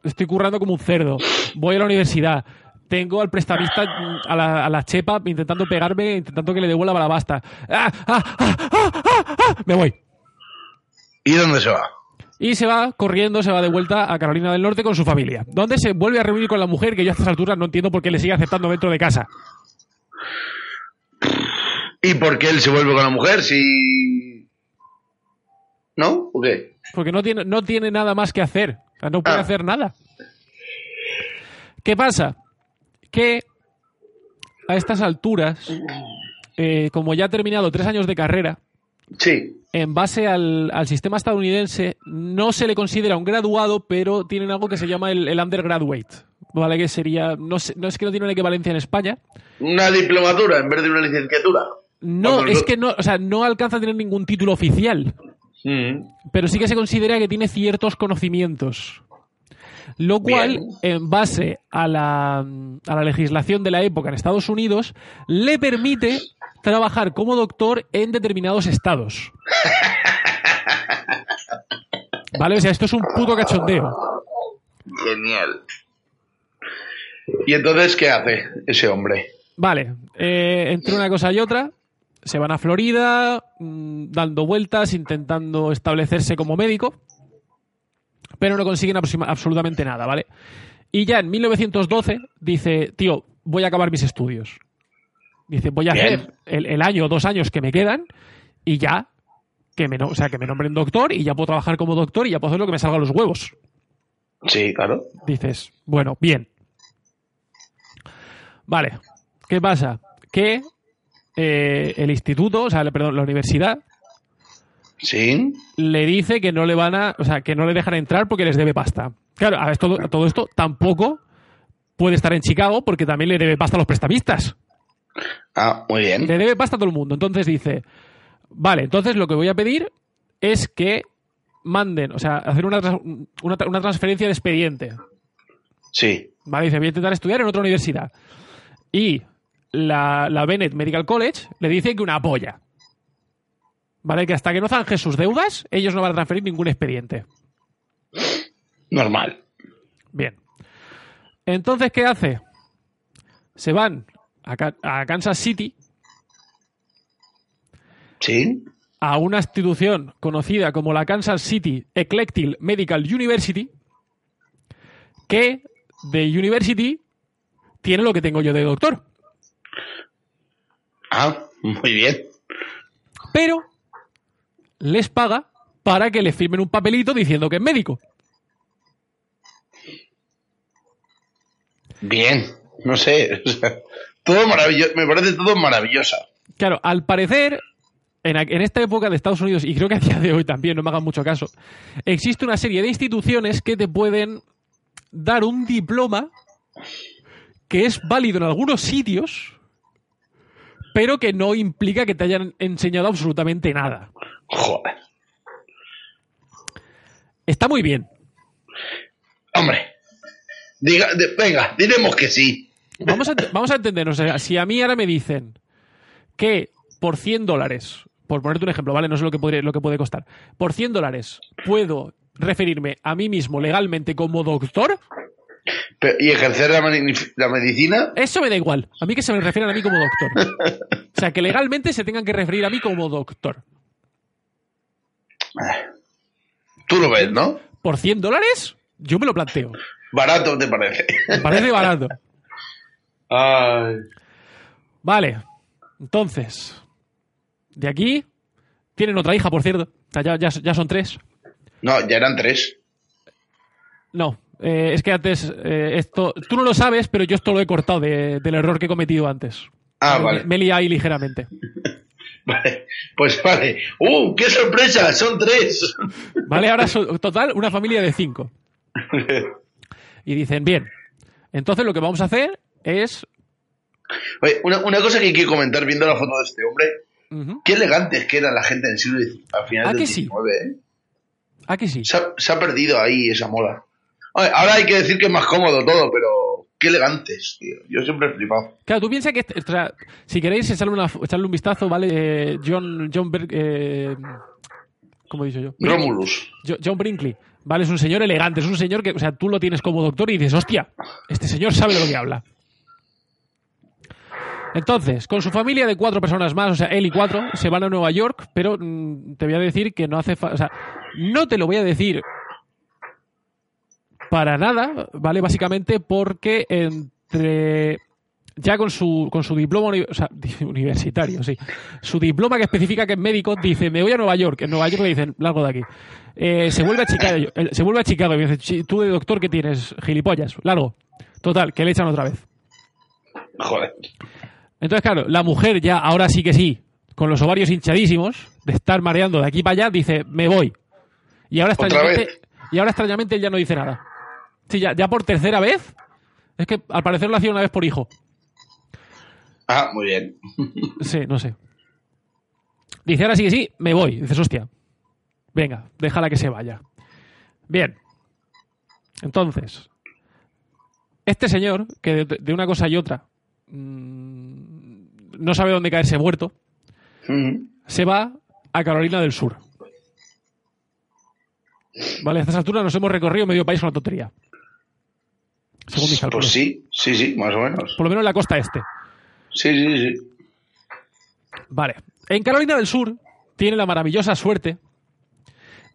[SPEAKER 4] estoy currando como un cerdo. Voy a la universidad. Tengo al prestamista mm, a la, a la chepa intentando pegarme, intentando que le devuelva la basta. ¡Ah, ah, ah, ah, ah, ah! Me voy.
[SPEAKER 5] ¿Y dónde se va?
[SPEAKER 4] Y se va corriendo, se va de vuelta a Carolina del Norte con su familia. Donde se vuelve a reunir con la mujer que yo a estas alturas no entiendo por qué le sigue aceptando dentro de casa.
[SPEAKER 5] ¿Y por qué él se vuelve con la mujer si... ¿No? ¿O qué?
[SPEAKER 4] Porque no tiene, no tiene nada más que hacer. O sea, No puede
[SPEAKER 5] Ah.
[SPEAKER 4] hacer nada. ¿Qué pasa? Que a estas alturas, eh, como ya ha terminado tres años de carrera,
[SPEAKER 5] Sí.
[SPEAKER 4] en base al, al sistema estadounidense, no se le considera un graduado, pero tienen algo que se llama el, el undergraduate. ¿Vale? Que sería. No, sé- no es que no tiene una equivalencia en España.
[SPEAKER 5] Una diplomatura en vez de una licenciatura.
[SPEAKER 4] No,
[SPEAKER 5] Vamos,
[SPEAKER 4] es
[SPEAKER 5] no-
[SPEAKER 4] que no, o sea, no alcanza a tener ningún título oficial.
[SPEAKER 5] Mm.
[SPEAKER 4] pero sí que se considera que tiene ciertos conocimientos. Lo cual,
[SPEAKER 5] Bien.
[SPEAKER 4] en base a la, a la legislación de la época en Estados Unidos, le permite trabajar como doctor en determinados estados. ¿Vale? O sea, esto es un puto cachondeo.
[SPEAKER 5] Genial. ¿Y entonces qué hace ese hombre?
[SPEAKER 4] Vale, eh, entre una cosa y otra, se van a Florida, mm, dando vueltas, intentando establecerse como médico, pero no consiguen aproxima- absolutamente nada, ¿vale? Y ya en 1912 dice, tío, voy a acabar mis estudios. Dice, voy a
[SPEAKER 5] Bien.
[SPEAKER 4] hacer el, el año o dos años que me quedan y ya, que me, no- o sea, que me nombren doctor y ya puedo trabajar como doctor y ya puedo hacer lo que me salga a los huevos
[SPEAKER 5] Sí, claro.
[SPEAKER 4] dices, bueno, bien. Vale, ¿qué pasa? Que eh, el instituto, o sea, le- perdón, la universidad
[SPEAKER 5] Sí.
[SPEAKER 4] le dice que no le van a, o sea, que no le dejan entrar porque les debe pasta. Claro, a, esto- a todo esto tampoco puede estar en Chicago porque también le debe pasta a los prestamistas.
[SPEAKER 5] Ah, muy bien.
[SPEAKER 4] Le debe pasta a todo el mundo. Entonces dice, vale, entonces lo que voy a pedir es que manden, o sea, hacer una, tras- una tra- una transferencia de expediente.
[SPEAKER 5] Sí.
[SPEAKER 4] Vale, dice, voy a intentar estudiar en otra universidad. Y la, la Bennett Medical College le dice que una polla. Vale, que hasta que no zanje sus deudas, ellos no van a transferir ningún expediente.
[SPEAKER 5] Normal.
[SPEAKER 4] Bien. Entonces, ¿qué hace? Se van a, Ca- a Kansas City,
[SPEAKER 5] Sí.
[SPEAKER 4] a una institución conocida como la Kansas City Eclectic Medical University, que de University tiene lo que tengo yo de doctor.
[SPEAKER 5] Ah, muy bien.
[SPEAKER 4] pero les paga para que le firmen un papelito diciendo que es médico.
[SPEAKER 5] Bien. No sé. o sea, todo maravilloso. Me parece todo maravillosa.
[SPEAKER 4] Claro, al parecer, en, aqu- en esta época de Estados Unidos, y creo que a día de hoy también, no me hagan mucho caso, existe una serie de instituciones que te pueden dar un diploma que es válido en algunos sitios, pero que no implica que te hayan enseñado absolutamente nada.
[SPEAKER 5] Joder.
[SPEAKER 4] Está muy bien.
[SPEAKER 5] Hombre. Diga, de- venga, diremos que sí.
[SPEAKER 4] Vamos a, ent- vamos a entendernos. O sea, si a mí ahora me dicen que por 100 dólares, por ponerte un ejemplo, ¿vale? No sé lo que, podría- lo que puede costar. Por 100 dólares puedo referirme a mí mismo legalmente como doctor,
[SPEAKER 5] Pero- ¿Y ejercer la, manif- la medicina?
[SPEAKER 4] eso me da igual. A mí que se me refieran a mí como doctor. O sea, que legalmente se tengan que referir a mí como doctor.
[SPEAKER 5] Tú lo ves, ¿no?
[SPEAKER 4] Por 100 dólares, yo me lo planteo.
[SPEAKER 5] Barato, ¿te parece?
[SPEAKER 4] Me parece barato.
[SPEAKER 5] Ay.
[SPEAKER 4] Vale. Entonces, de aquí tienen otra hija, por cierto. O sea, ya- ya- ya son tres.
[SPEAKER 5] No, ya eran tres.
[SPEAKER 4] No, eh, es que antes eh, esto, tú no lo sabes, pero yo esto lo he cortado de- del error que he cometido antes.
[SPEAKER 5] Ah,
[SPEAKER 4] Me-
[SPEAKER 5] vale.
[SPEAKER 4] Me he liado ahí ligeramente.
[SPEAKER 5] Vale, pues vale. ¡Uh, qué sorpresa! Son tres.
[SPEAKER 4] Vale, ahora so- total una familia de cinco. Y dicen, bien, entonces lo que vamos a hacer es...
[SPEAKER 5] Oye, una, una cosa que quiero comentar viendo la foto de este hombre.
[SPEAKER 4] Ujú,
[SPEAKER 5] Qué elegantes que era la gente del siglo XIX, a finales
[SPEAKER 4] ¿A
[SPEAKER 5] del
[SPEAKER 4] Ah, que sí?
[SPEAKER 5] XIX. ¿eh?
[SPEAKER 4] ¿A que sí?
[SPEAKER 5] Se, ha, se ha perdido ahí esa moda. Oye, ahora hay que decir que es más cómodo todo, pero qué elegantes, tío. Yo siempre he flipado.
[SPEAKER 4] Claro, tú piensas que... este- o sea, si queréis echarle, una- echarle un vistazo, ¿vale? Eh, John... John Ber- eh, ¿Cómo he dicho yo?
[SPEAKER 5] Romulus.
[SPEAKER 4] Jo- John Brinkley, ¿vale? Es un señor elegante, es un señor que, o sea, tú lo tienes como doctor y dices, hostia, este señor sabe de lo que habla. Entonces, con su familia de cuatro personas más, o sea, él y cuatro, se van a Nueva York, pero mm, te voy a decir que no hace falta, o sea, no te lo voy a decir para nada, ¿vale? Básicamente porque entre... Ya con su, con su diploma uni- o sea, di- universitario, sí. Su diploma que especifica que es médico, dice, me voy a Nueva York. En Nueva York le dicen, largo de aquí. Eh, se vuelve a Chicago. eh, Se vuelve a Chicago y me dice, "Chi- tú de doctor, ¿qué tienes? Gilipollas, largo. Total, que le echan otra vez.
[SPEAKER 5] Joder.
[SPEAKER 4] Entonces, claro, la mujer ya, ahora sí que sí, con los ovarios hinchadísimos, de estar mareando de aquí para allá, dice, me voy. Y ahora
[SPEAKER 5] ¿Otra
[SPEAKER 4] extrañamente,
[SPEAKER 5] vez?
[SPEAKER 4] y ahora extrañamente él ya no dice nada. Sí, ya, ya por tercera vez. Es que al parecer lo hacía una vez por hijo.
[SPEAKER 5] Ah, muy bien.
[SPEAKER 4] Sí, no sé. Dice, ahora sí que sí, me voy. Dices, hostia. Venga, déjala que se vaya. Bien. Entonces, este señor, que de, de una cosa y otra mm, no sabe dónde caerse muerto,
[SPEAKER 5] Mm.
[SPEAKER 4] se va a Carolina del Sur. Vale, a estas alturas nos hemos recorrido medio país con la tontería. Según mis cálculos.
[SPEAKER 5] Pues sí, sí, sí, más o menos.
[SPEAKER 4] Por lo menos la costa este.
[SPEAKER 5] Sí, sí, sí.
[SPEAKER 4] Vale. En Carolina del Sur tiene la maravillosa suerte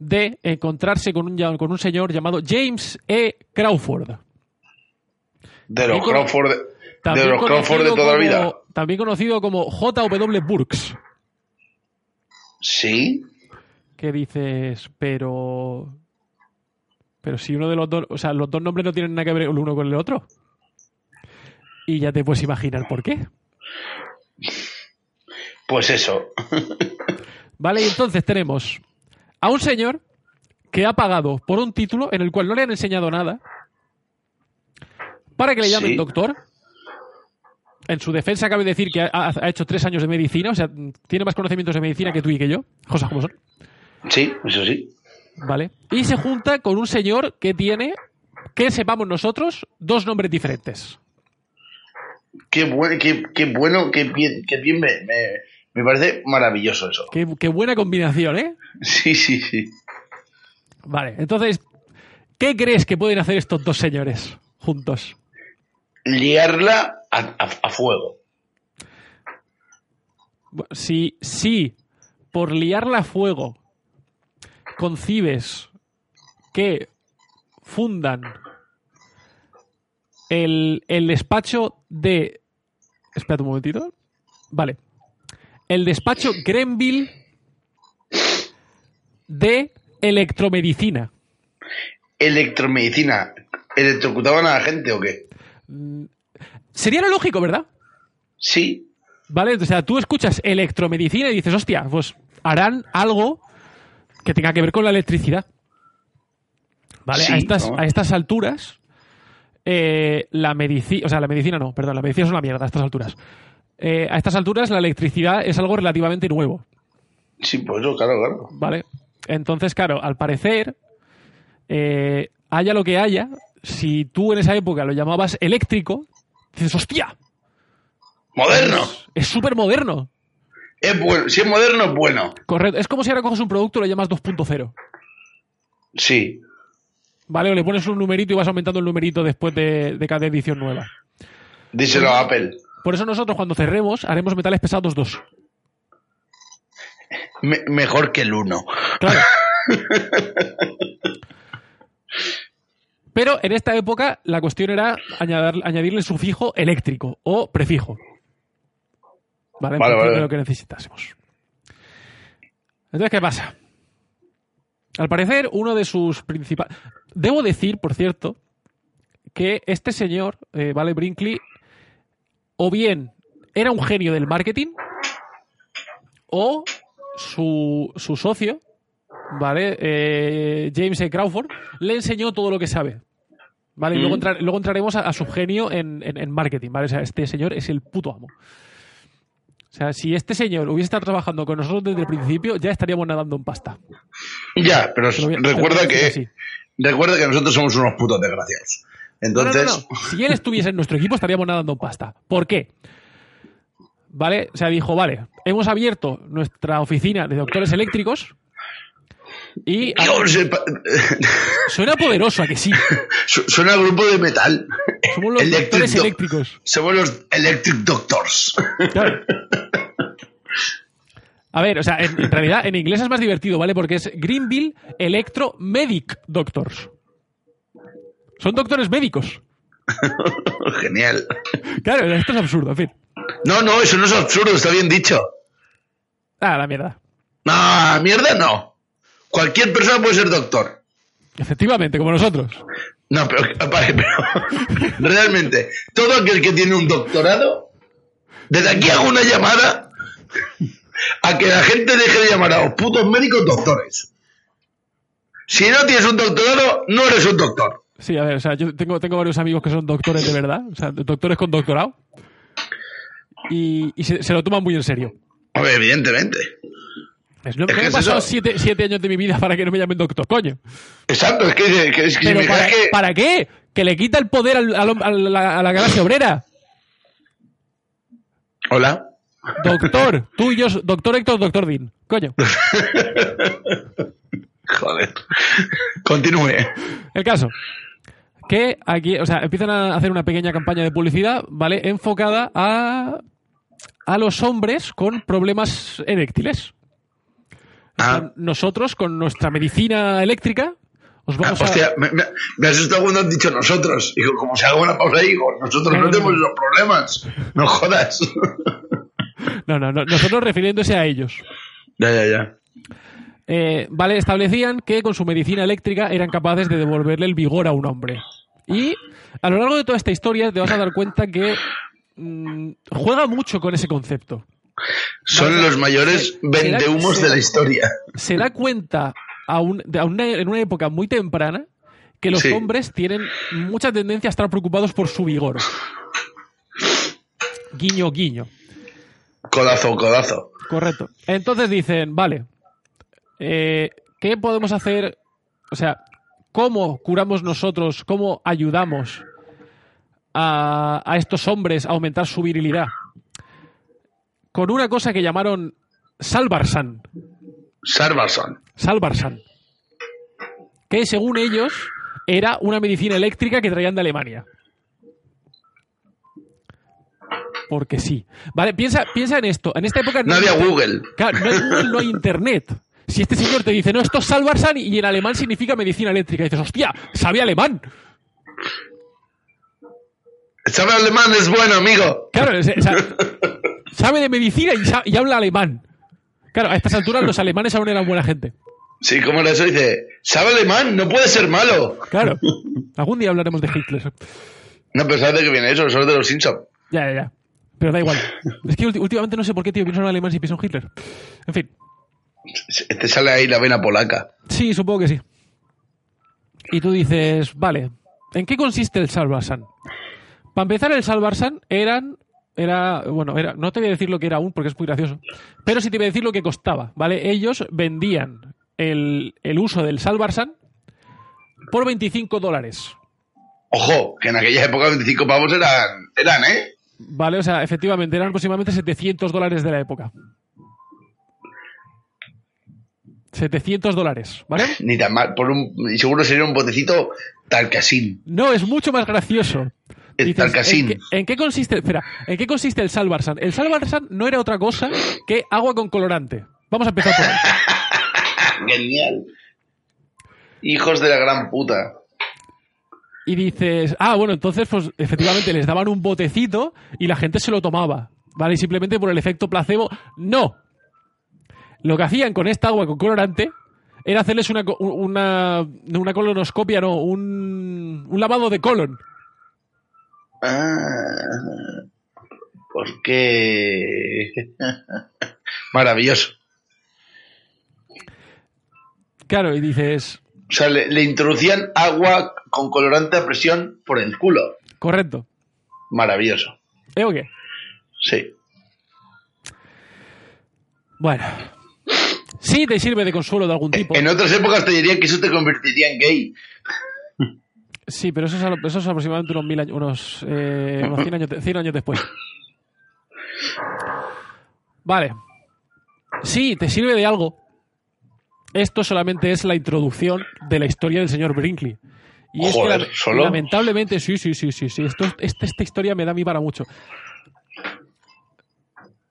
[SPEAKER 4] de encontrarse con un, ya- con un señor llamado James E. Crawford.
[SPEAKER 5] De los
[SPEAKER 4] También con-
[SPEAKER 5] Crawford de, de los Crawford de
[SPEAKER 4] conocido
[SPEAKER 5] toda la
[SPEAKER 4] como-
[SPEAKER 5] vida.
[SPEAKER 4] También conocido como J.W. Burks.
[SPEAKER 5] Sí.
[SPEAKER 4] Que dices, pero. Pero si uno de los dos. O sea, los dos nombres no tienen nada que ver el uno con el otro. Y ya te puedes imaginar por qué.
[SPEAKER 5] Pues eso.
[SPEAKER 4] Vale, y entonces tenemos a un señor que ha pagado por un título en el cual no le han enseñado nada para que le llamen
[SPEAKER 5] Sí.
[SPEAKER 4] doctor. En su defensa cabe decir que ha, ha- ha hecho tres años de medicina, o sea, tiene más conocimientos de medicina que tú y que yo, cosas como son.
[SPEAKER 5] Sí, eso sí.
[SPEAKER 4] Vale. Y se junta con un señor que tiene, que sepamos nosotros, dos nombres diferentes.
[SPEAKER 5] Qué, buen- qué, qué bueno, qué bien, qué bien me, me, me parece maravilloso eso.
[SPEAKER 4] Qué- qué buena combinación, ¿eh?
[SPEAKER 5] Sí, sí, sí.
[SPEAKER 4] Vale, entonces, ¿qué crees que pueden hacer estos dos señores juntos?
[SPEAKER 5] Liarla a, a- a fuego.
[SPEAKER 4] Si, si por liarla a fuego concibes que fundan el, el despacho de... Espérate un momentito. Vale. El despacho Grenville de electromedicina.
[SPEAKER 5] Electromedicina. ¿Electrocutaban a la gente o qué?
[SPEAKER 4] Sería lo lógico, ¿verdad?
[SPEAKER 5] Sí.
[SPEAKER 4] ¿Vale? O sea, tú escuchas electromedicina y dices, hostia, pues harán algo que tenga que ver con la electricidad. ¿Vale?
[SPEAKER 5] Sí,
[SPEAKER 4] a, estas,
[SPEAKER 5] vamos.
[SPEAKER 4] a estas alturas, eh, la medicina, o sea, la medicina no, perdón, la medicina es una mierda a estas alturas. Eh, a estas alturas, la electricidad es algo relativamente nuevo.
[SPEAKER 5] Sí, pues eso, claro, claro.
[SPEAKER 4] ¿Vale? Entonces, claro, al parecer, eh, haya lo que haya, si tú en esa época lo llamabas eléctrico, dices, hostia,
[SPEAKER 5] ¡Moderno!
[SPEAKER 4] es súper moderno.
[SPEAKER 5] Es bueno. Si es moderno, es bueno.
[SPEAKER 4] Correcto. Es como si ahora coges un producto y lo llamas 2.0.
[SPEAKER 5] Sí.
[SPEAKER 4] ¿Vale? O le pones un numerito y vas aumentando el numerito después de, de cada edición nueva.
[SPEAKER 5] Díselo a Apple.
[SPEAKER 4] Por eso nosotros cuando cerremos haremos metales pesados 2.
[SPEAKER 5] Me- mejor que el 1.
[SPEAKER 4] Claro. Pero en esta época la cuestión era añadir- añadirle el sufijo eléctrico o prefijo. Vale, en
[SPEAKER 5] Vale,
[SPEAKER 4] función
[SPEAKER 5] vale.
[SPEAKER 4] de lo que necesitásemos. Entonces, ¿qué pasa? Al parecer, uno de sus principales. Debo decir, por cierto, que este señor, eh, Vale Brinkley, o bien era un genio del marketing, o su, su socio, ¿vale? Eh, James E. Crawford, le enseñó todo lo que sabe. ¿Vale? Y luego,
[SPEAKER 5] Mm.
[SPEAKER 4] entra- luego entraremos a, a su genio en, en- en marketing, ¿vale? O sea, este señor es el puto amo. O sea, si este señor hubiese estado trabajando con nosotros desde el principio, ya estaríamos nadando en pasta.
[SPEAKER 5] Ya, pero
[SPEAKER 4] Te lo voy a- te lo voy
[SPEAKER 5] recuerda
[SPEAKER 4] a decir
[SPEAKER 5] que,
[SPEAKER 4] así.
[SPEAKER 5] recuerda que nosotros somos unos putos desgraciados.
[SPEAKER 4] No, no, no,
[SPEAKER 5] Entonces,
[SPEAKER 4] no. Si él estuviese en nuestro equipo, estaríamos nadando en pasta. ¿Por qué? ¿Vale? O sea, dijo, vale, hemos abierto nuestra oficina de doctores eléctricos y...
[SPEAKER 5] Dios, el pa-
[SPEAKER 4] Suena poderoso, ¿a que sí?
[SPEAKER 5] su- suena a grupo de metal.
[SPEAKER 4] Somos los
[SPEAKER 5] Electric
[SPEAKER 4] doctores
[SPEAKER 5] Doc-
[SPEAKER 4] eléctricos.
[SPEAKER 5] Somos los Electric Doctors.
[SPEAKER 4] Claro. A ver, o sea, en, en realidad en inglés es más divertido, ¿vale? Porque es Greenville Electro Medic Doctors. Son doctores médicos.
[SPEAKER 5] Genial.
[SPEAKER 4] Claro, esto es absurdo, en fin.
[SPEAKER 5] No, no, eso no es absurdo, está bien dicho.
[SPEAKER 4] Ah, la mierda.
[SPEAKER 5] No, mierda no. Cualquier persona puede ser doctor.
[SPEAKER 4] Efectivamente, como nosotros.
[SPEAKER 5] No, pero, vale, pero realmente, todo aquel que tiene un doctorado, desde aquí hago una llamada a que la gente deje de llamar a los putos médicos doctores. Si no tienes un doctorado, no eres un doctor.
[SPEAKER 4] Sí, a ver, o sea, yo tengo, tengo varios amigos que son doctores de verdad, o sea, doctores con doctorado. Y, y se, se lo toman muy en serio.
[SPEAKER 5] Hombre, evidentemente.
[SPEAKER 4] Es, no,
[SPEAKER 5] Es
[SPEAKER 4] no
[SPEAKER 5] que
[SPEAKER 4] he
[SPEAKER 5] es
[SPEAKER 4] pasado
[SPEAKER 5] eso.
[SPEAKER 4] siete, siete años de mi vida para que no me llamen doctor, coño.
[SPEAKER 5] Exacto, es que, que- es que si
[SPEAKER 4] ¿Pero
[SPEAKER 5] me
[SPEAKER 4] para,
[SPEAKER 5] dijeras que-
[SPEAKER 4] para qué? Que le quita el poder al- al- al- a, la, a la clase obrera.
[SPEAKER 5] Hola.
[SPEAKER 4] Doctor, tú y yo, doctor Héctor, doctor Dean. Coño,
[SPEAKER 5] Joder. Continúe.
[SPEAKER 4] el caso. Que aquí, o sea, empiezan a hacer una pequeña campaña de publicidad, ¿vale? Enfocada a, a los hombres con problemas eréctiles.
[SPEAKER 5] Ah,
[SPEAKER 4] Nosotros, con nuestra medicina eléctrica, os
[SPEAKER 5] ah,
[SPEAKER 4] vamos a...
[SPEAKER 5] hostia, me, me, me has asustado cuando han dicho nosotros. Digo, como se haga una pausa, digo, nosotros
[SPEAKER 4] No,
[SPEAKER 5] no,
[SPEAKER 4] no,
[SPEAKER 5] tenemos
[SPEAKER 4] no.
[SPEAKER 5] los problemas. No jodas.
[SPEAKER 4] No, no, no, nosotros refiriéndose a ellos.
[SPEAKER 5] ya, ya, ya.
[SPEAKER 4] Eh, vale, establecían que con su medicina eléctrica eran capaces de devolverle el vigor a un hombre. Y a lo largo de toda esta historia te vas a dar cuenta que mm, juega mucho con ese concepto.
[SPEAKER 5] Son
[SPEAKER 4] Vale.
[SPEAKER 5] los mayores
[SPEAKER 4] Será-
[SPEAKER 5] vendehumos de
[SPEAKER 4] será-
[SPEAKER 5] la historia.
[SPEAKER 4] Se da cuenta a un- de- a una- en una época muy temprana que los
[SPEAKER 5] Sí.
[SPEAKER 4] hombres tienen mucha tendencia a estar preocupados por su vigor. Guiño, guiño.
[SPEAKER 5] Codazo, codazo.
[SPEAKER 4] Correcto. Entonces dicen, vale, eh, ¿qué podemos hacer? O sea, ¿cómo curamos nosotros, cómo ayudamos a, a estos hombres a aumentar su virilidad? Con una cosa que llamaron Salvarsan.
[SPEAKER 5] Sarvason.
[SPEAKER 4] Salvarsan. Que según ellos era una medicina eléctrica que traían de Alemania. porque sí. ¿Vale? Piensa, piensa en esto. En esta época
[SPEAKER 5] No
[SPEAKER 4] hay
[SPEAKER 5] había
[SPEAKER 4] inter-
[SPEAKER 5] Google.
[SPEAKER 4] Claro, no hay Google, no hay internet. Si este señor te dice, no, esto es Salvarsan y en alemán significa medicina eléctrica, y dices, hostia, sabe alemán.
[SPEAKER 5] Sabe alemán es bueno, amigo.
[SPEAKER 4] Claro, o sea, o sea, sabe de medicina y, sa- y habla alemán. Claro, a estas alturas los alemanes aún eran buena gente.
[SPEAKER 5] Sí, como era eso, dice, sabe alemán, no puede ser malo.
[SPEAKER 4] Claro. Algún día hablaremos de Hitler.
[SPEAKER 5] No, pero ¿sabes de qué viene eso? Eso es de los Simpsons.
[SPEAKER 4] Ya, ya, ya. Pero da igual. Es que ulti- últimamente no sé por qué, tío, pienso en alemán si pienso en Hitler. En fin.
[SPEAKER 5] Te Este sale ahí la vena polaca.
[SPEAKER 4] Sí, supongo que sí. Y tú dices, vale, ¿en qué consiste el Salvarsan? Para empezar, el Salvarsan eran. Era, bueno, era, no te voy a decir lo que era aún porque es muy gracioso, pero sí te voy a decir lo que costaba, ¿vale? Ellos vendían el, el uso del Salvarsan por 25 dólares,
[SPEAKER 5] Ojo, que en aquella época 25 pavos eran, eran ¿eh?
[SPEAKER 4] ¿vale? O sea, efectivamente, eran aproximadamente 700 dólares de la época. 700 dólares, ¿vale?
[SPEAKER 5] Ni tan mal. Por un, y seguro sería un botecito talcasín.
[SPEAKER 4] No, es mucho más gracioso.
[SPEAKER 5] El
[SPEAKER 4] Dices,
[SPEAKER 5] Talcasín.
[SPEAKER 4] ¿en, qué, en qué consiste? Espera, ¿en qué consiste el Salvarsan? El Salvarsan no era otra cosa que agua con colorante. Vamos a empezar por ahí.
[SPEAKER 5] Genial. Hijos de la gran puta.
[SPEAKER 4] Y dices, ah, bueno, entonces, pues efectivamente les daban un botecito y la gente se lo tomaba. ¿Vale? Y simplemente por el efecto placebo. ¡No! Lo que hacían con esta agua con colorante era hacerles una, co- una, una colonoscopia, no, un, un lavado de colon.
[SPEAKER 5] Ah, ¿Por qué? Maravilloso.
[SPEAKER 4] Claro, y dices,
[SPEAKER 5] O sea, le, le introducían agua con colorante a presión por el culo.
[SPEAKER 4] correcto.
[SPEAKER 5] Maravilloso.
[SPEAKER 4] ¿Eh o qué?
[SPEAKER 5] Sí.
[SPEAKER 4] Bueno. Sí te sirve de consuelo de algún tipo.
[SPEAKER 5] Eh, En otras épocas te dirían que eso te convertiría en gay.
[SPEAKER 4] Sí, pero eso es, a- eso es aproximadamente unos, mil años, unos, eh, unos 100, años, de- 100 años después. Vale. Sí, te sirve de algo. Esto solamente es la introducción de la historia del señor Brinkley. Y es que
[SPEAKER 5] Joder,
[SPEAKER 4] la-
[SPEAKER 5] ¿solo?
[SPEAKER 4] lamentablemente, sí, sí, sí, sí, sí. Esto, esta, esta historia me da a mí para mucho.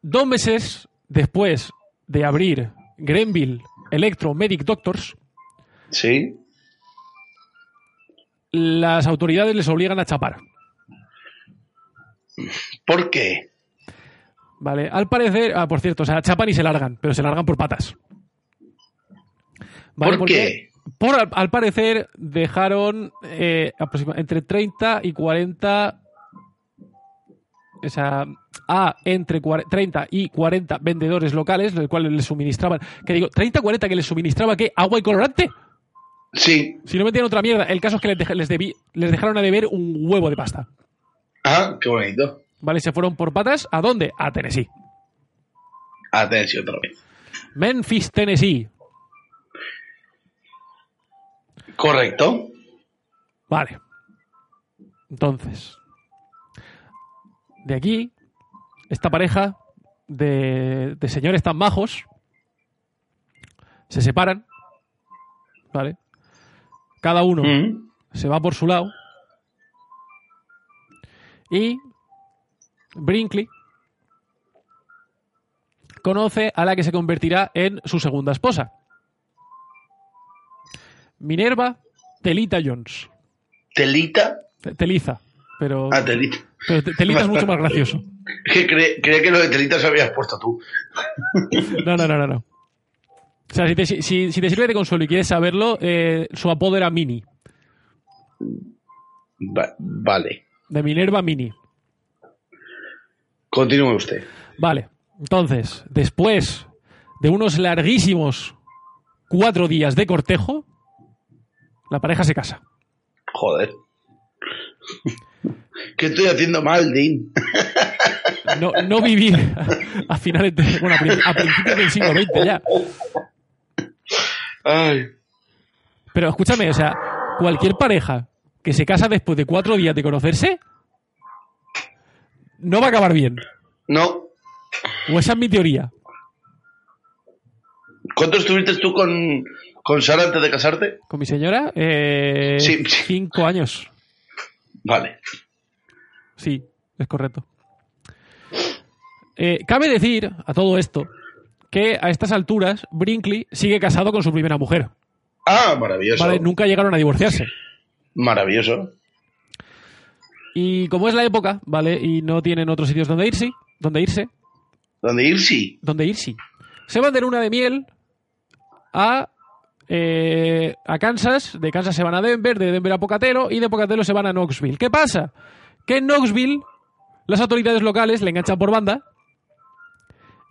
[SPEAKER 4] Dos meses después de abrir Grenville Electro Medic Doctors,
[SPEAKER 5] Sí.
[SPEAKER 4] las autoridades les obligan a chapar.
[SPEAKER 5] ¿Por qué?
[SPEAKER 4] Vale, al parecer, ah, por cierto, o sea, chapan y se largan, pero se largan por patas.
[SPEAKER 5] ¿Por qué?
[SPEAKER 4] Por, al, al parecer, dejaron eh, aproxima- entre 30 y 40. O sea, a entre cuare- 30 y 40 vendedores locales, los cuales les suministraban. Que digo, 30 o 40 que les suministraba qué? Agua y colorante.
[SPEAKER 5] Sí.
[SPEAKER 4] Si no metían otra mierda. El caso es que les, dej- les, debí- les dejaron a deber un huevo de pasta.
[SPEAKER 5] Ah, qué bonito.
[SPEAKER 4] Vale, se fueron por patas. ¿A dónde? A Tennessee.
[SPEAKER 5] Atención otra vez.
[SPEAKER 4] Memphis, Tennessee.
[SPEAKER 5] Correcto.
[SPEAKER 4] Vale. Entonces, de aquí, esta pareja de, de señores tan majos se separan. ¿Vale? Cada uno
[SPEAKER 5] Mm.
[SPEAKER 4] se va por su lado. Y Brinkley conoce a la que se convertirá en su segunda esposa. Minerva Telita Jones.
[SPEAKER 5] Telita.
[SPEAKER 4] Te- Teliza. Pero,
[SPEAKER 5] Ah, telita.
[SPEAKER 4] pero te- Telita es mucho más gracioso.
[SPEAKER 5] Es que cre- creía que lo de telita se habías puesto tú.
[SPEAKER 4] No, no, no, no. no. O sea, si te, si- si- si te sirve de consuelo y quieres saberlo, eh, su apodo era Mini,
[SPEAKER 5] Va- vale.
[SPEAKER 4] de Minerva Mini.
[SPEAKER 5] Continúe usted.
[SPEAKER 4] Vale, entonces, después de unos larguísimos cuatro días de cortejo, la pareja se casa.
[SPEAKER 5] Joder. ¿Qué estoy haciendo mal, Dean?
[SPEAKER 4] No, no vivir a, a finales de, bueno, a, prin- a principios del siglo XX ya.
[SPEAKER 5] Ay.
[SPEAKER 4] Pero escúchame, o sea, cualquier pareja que se casa después de cuatro días de conocerse, no va a acabar bien.
[SPEAKER 5] No.
[SPEAKER 4] O esa es mi teoría.
[SPEAKER 5] ¿Cuánto estuviste tú con, con Sara antes de casarte?
[SPEAKER 4] Con mi señora, eh,
[SPEAKER 5] Sí, sí.
[SPEAKER 4] cinco años.
[SPEAKER 5] Vale.
[SPEAKER 4] Sí, es correcto. Eh, cabe decir a todo esto que a estas alturas Brinkley sigue casado con su primera mujer.
[SPEAKER 5] Ah, maravilloso.
[SPEAKER 4] ¿vale? Nunca llegaron a divorciarse.
[SPEAKER 5] Maravilloso.
[SPEAKER 4] Y como es la época, ¿vale? Y no tienen otros sitios donde irse, donde irse,
[SPEAKER 5] ¿Dónde ir? Sí.
[SPEAKER 4] donde irse. Se van de luna de miel a, eh, a Kansas, de Kansas se van a Denver, de Denver a Pocatelo y de Pocatelo se van a Knoxville. ¿Qué pasa? Que en Knoxville las autoridades locales le enganchan por banda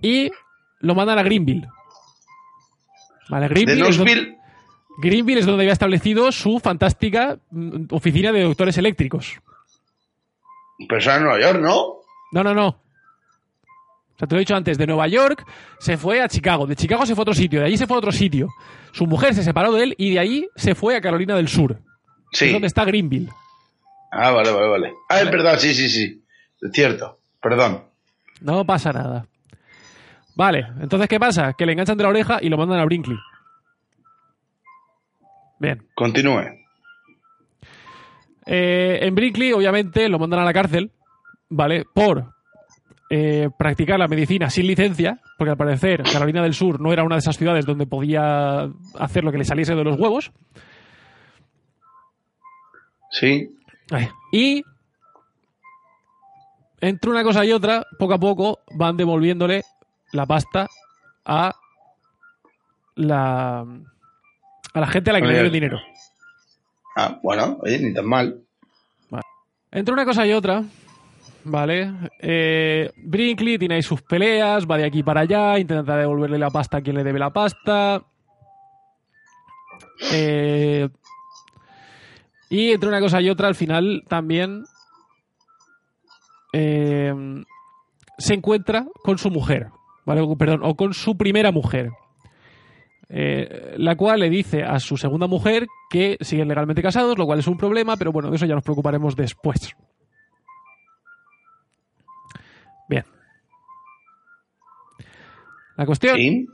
[SPEAKER 4] y lo mandan a Greenville. Vale,
[SPEAKER 5] De
[SPEAKER 4] Greenville, es donde-
[SPEAKER 5] Knoxville.
[SPEAKER 4] Greenville es donde había establecido su fantástica mm, oficina de doctores eléctricos.
[SPEAKER 5] Pero eso era en Pues Nueva York, ¿no?
[SPEAKER 4] No, no, no. O sea, te lo he dicho antes, de Nueva York se fue a Chicago, de Chicago se fue a otro sitio, de allí se fue a otro sitio. Su mujer se separó de él y de ahí se fue a Carolina del Sur, que es
[SPEAKER 5] Sí.
[SPEAKER 4] donde está Greenville.
[SPEAKER 5] Ah, vale, vale, vale. Ah, es verdad, sí, sí, sí. Es cierto. Perdón.
[SPEAKER 4] No pasa nada. Vale, entonces ¿qué pasa? Que le enganchan de la oreja y lo mandan a Brinkley. Bien.
[SPEAKER 5] Continúe.
[SPEAKER 4] Eh, en Brinkley, obviamente, lo mandan a la cárcel, ¿vale? Por eh, practicar la medicina sin licencia, porque al parecer Carolina del Sur no era una de esas ciudades donde podía hacer lo que le saliese de los huevos.
[SPEAKER 5] Sí.
[SPEAKER 4] Ay. Y entre una cosa y otra, poco a poco van devolviéndole la pasta a la a la gente a la que le dio el dinero.
[SPEAKER 5] Ah, bueno, oye, ni tan mal.
[SPEAKER 4] Entre una cosa y otra, ¿vale? Eh, Brinkley tiene ahí sus peleas, va de aquí para allá, intenta devolverle la pasta a quien le debe la pasta. Eh, y entre una cosa y otra, al final también eh, se encuentra con su mujer, ¿vale? O- Perdón, o con su primera mujer. eh, la cual le dice a su segunda mujer que siguen legalmente casados, lo cual es un problema, pero bueno, de eso ya nos preocuparemos después. Bien. La cuestión
[SPEAKER 5] Sí.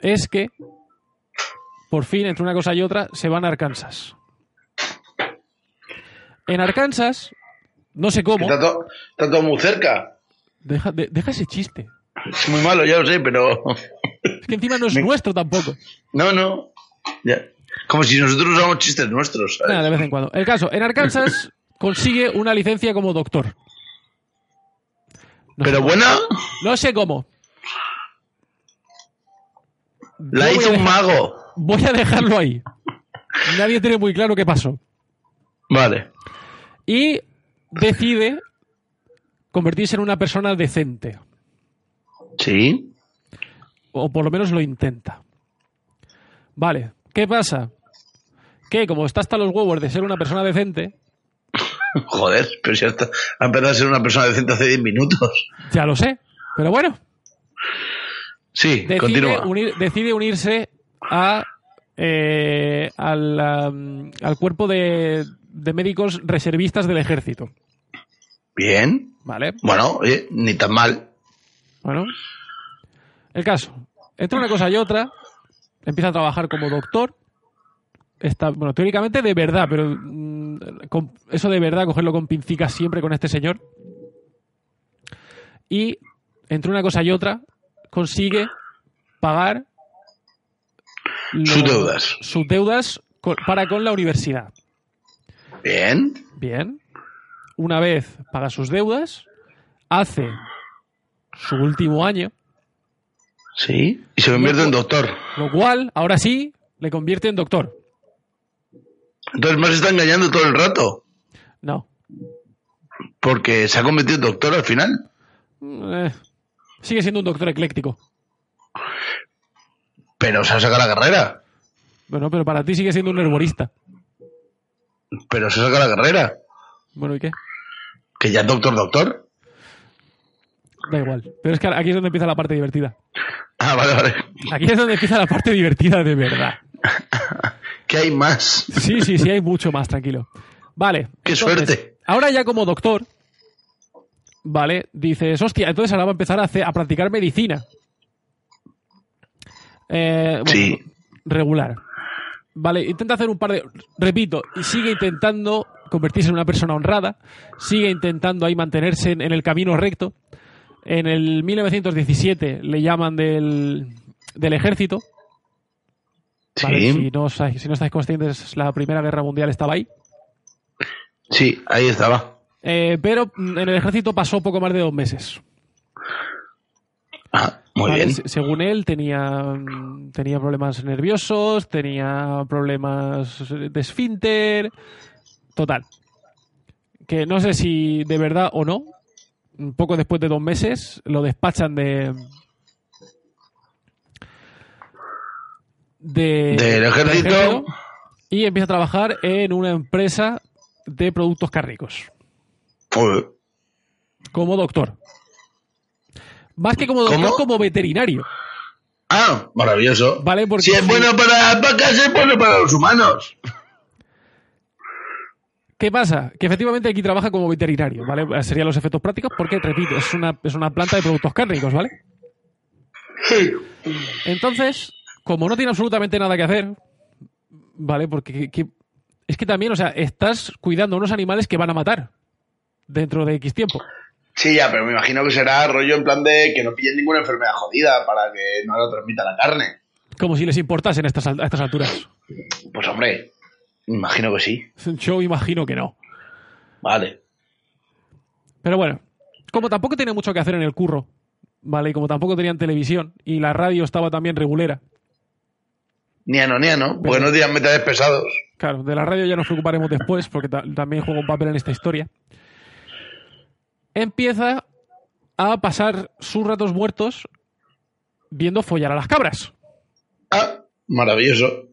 [SPEAKER 4] es que por fin, entre una cosa y otra, se van a Arkansas. En Arkansas, no sé
[SPEAKER 5] Que
[SPEAKER 4] cómo.
[SPEAKER 5] Está, to- está todo muy cerca.
[SPEAKER 4] Deja, de- deja ese chiste.
[SPEAKER 5] Es muy malo, ya lo sé, pero.
[SPEAKER 4] Es que encima no es
[SPEAKER 5] Me-
[SPEAKER 4] nuestro tampoco.
[SPEAKER 5] No, no. Ya. Como si nosotros usamos chistes nuestros. ¿sabes?
[SPEAKER 4] Nada, de vez en cuando. El caso, en Arkansas consigue una licencia como doctor. No sé
[SPEAKER 5] pero
[SPEAKER 4] cómo.
[SPEAKER 5] buena,
[SPEAKER 4] No sé cómo.
[SPEAKER 5] la
[SPEAKER 4] Yo
[SPEAKER 5] hizo
[SPEAKER 4] voy, a
[SPEAKER 5] un
[SPEAKER 4] dejar-
[SPEAKER 5] mago.
[SPEAKER 4] voy a dejarlo ahí. Nadie tiene muy claro qué pasó.
[SPEAKER 5] Vale.
[SPEAKER 4] y decide convertirse en una persona decente,
[SPEAKER 5] Sí.
[SPEAKER 4] o por lo menos lo intenta. Vale, ¿qué pasa? Que como está hasta los huevos de ser una persona decente,
[SPEAKER 5] Joder, pero si hasta ha empezado a ser una persona decente hace 10 minutos.
[SPEAKER 4] ya lo sé, pero bueno,
[SPEAKER 5] Sí,
[SPEAKER 4] decide,
[SPEAKER 5] continúa.
[SPEAKER 4] unir- decide unirse a, eh, al, am, al cuerpo de, de médicos reservistas del ejército,
[SPEAKER 5] Bien.
[SPEAKER 4] ¿vale?
[SPEAKER 5] Bueno, oye, ni tan mal.
[SPEAKER 4] Bueno, el caso. Entre una cosa y otra, empieza a trabajar como doctor. Está, bueno, teóricamente de verdad, pero mm, con- eso de verdad, cogerlo con pincicas siempre con este señor. Y entre una cosa y otra, consigue pagar lo-
[SPEAKER 5] Sus deudas.
[SPEAKER 4] Sus deudas co- para con la universidad.
[SPEAKER 5] Bien.
[SPEAKER 4] Bien. Una vez paga sus deudas, hace su último año,
[SPEAKER 5] Sí. Y se convierte en doctor.
[SPEAKER 4] Lo cual, ahora sí, le convierte en doctor.
[SPEAKER 5] Entonces más está engañando todo el rato.
[SPEAKER 4] No.
[SPEAKER 5] Porque se ha convertido en doctor al final.
[SPEAKER 4] Mm, eh. Sigue siendo un doctor ecléctico.
[SPEAKER 5] Pero se ha sacado la carrera.
[SPEAKER 4] Bueno, pero para ti sigue siendo un herborista.
[SPEAKER 5] Pero se ha sacado la carrera.
[SPEAKER 4] Bueno, ¿y qué?
[SPEAKER 5] Que ya es doctor, doctor.
[SPEAKER 4] Da igual. Pero es que aquí es donde empieza la parte divertida.
[SPEAKER 5] Ah, vale, vale.
[SPEAKER 4] Aquí es donde empieza la parte divertida de verdad.
[SPEAKER 5] ¿Qué hay más?
[SPEAKER 4] Sí, sí, sí, hay mucho más, tranquilo. Vale.
[SPEAKER 5] Qué suerte.
[SPEAKER 4] Ahora ya como doctor, ¿vale? Dices, hostia, entonces ahora va a empezar a, hacer- a practicar medicina. Eh, bueno,
[SPEAKER 5] Sí.
[SPEAKER 4] regular. Vale, intenta hacer un par de. Repito, y sigue intentando convertirse en una persona honrada, sigue intentando ahí mantenerse en, en el camino recto. En el 1917 le llaman del, del ejército.
[SPEAKER 5] Sí,
[SPEAKER 4] ¿vale? Si, no, os- si no estáis conscientes, la Primera Guerra Mundial estaba ahí.
[SPEAKER 5] sí, ahí estaba.
[SPEAKER 4] Eh, pero mm, en el ejército pasó poco más de dos meses.
[SPEAKER 5] Ah, muy
[SPEAKER 4] ¿vale?
[SPEAKER 5] bien.
[SPEAKER 4] Se- Según él, tenía, mm, tenía problemas nerviosos, tenía problemas de esfínter. Total. Que no sé si de verdad o no. un Poco después de dos meses, lo despachan de. de-
[SPEAKER 5] Del ejército.
[SPEAKER 4] Y empieza a trabajar en una empresa de productos cárnicos.
[SPEAKER 5] Pues,
[SPEAKER 4] Como doctor. Más que como doctor,
[SPEAKER 5] ¿Cómo?
[SPEAKER 4] como veterinario.
[SPEAKER 5] ah, maravilloso.
[SPEAKER 4] Vale, porque
[SPEAKER 5] si es
[SPEAKER 4] si-
[SPEAKER 5] bueno para las vacas, es bueno para los humanos.
[SPEAKER 4] ¿Qué pasa? Que efectivamente aquí trabaja como veterinario, ¿vale? Serían los efectos prácticos porque, repito, es una, es una planta de productos cárnicos, ¿vale?
[SPEAKER 5] Sí.
[SPEAKER 4] Entonces, como no tiene absolutamente nada que hacer, ¿vale? Porque que- que- es que también, o sea, estás cuidando a unos animales que van a matar dentro de X tiempo.
[SPEAKER 5] Sí, ya, pero me imagino que será rollo en plan de que no pillen ninguna enfermedad jodida para que no la transmita la carne.
[SPEAKER 4] Como si les importasen a estas, al- a estas alturas.
[SPEAKER 5] Pues hombre, me imagino que sí.
[SPEAKER 4] Yo imagino que no.
[SPEAKER 5] Vale.
[SPEAKER 4] Pero bueno, como tampoco tenía mucho que hacer en el curro, ¿vale? Y como tampoco tenían televisión y la radio estaba también regulera.
[SPEAKER 5] Niano, niano, porque no tiran metales pesados.
[SPEAKER 4] Claro, de la radio ya nos preocuparemos después, porque ta- también juega un papel en esta historia. Empieza a pasar sus ratos muertos viendo follar a las cabras,
[SPEAKER 5] Ah, maravilloso.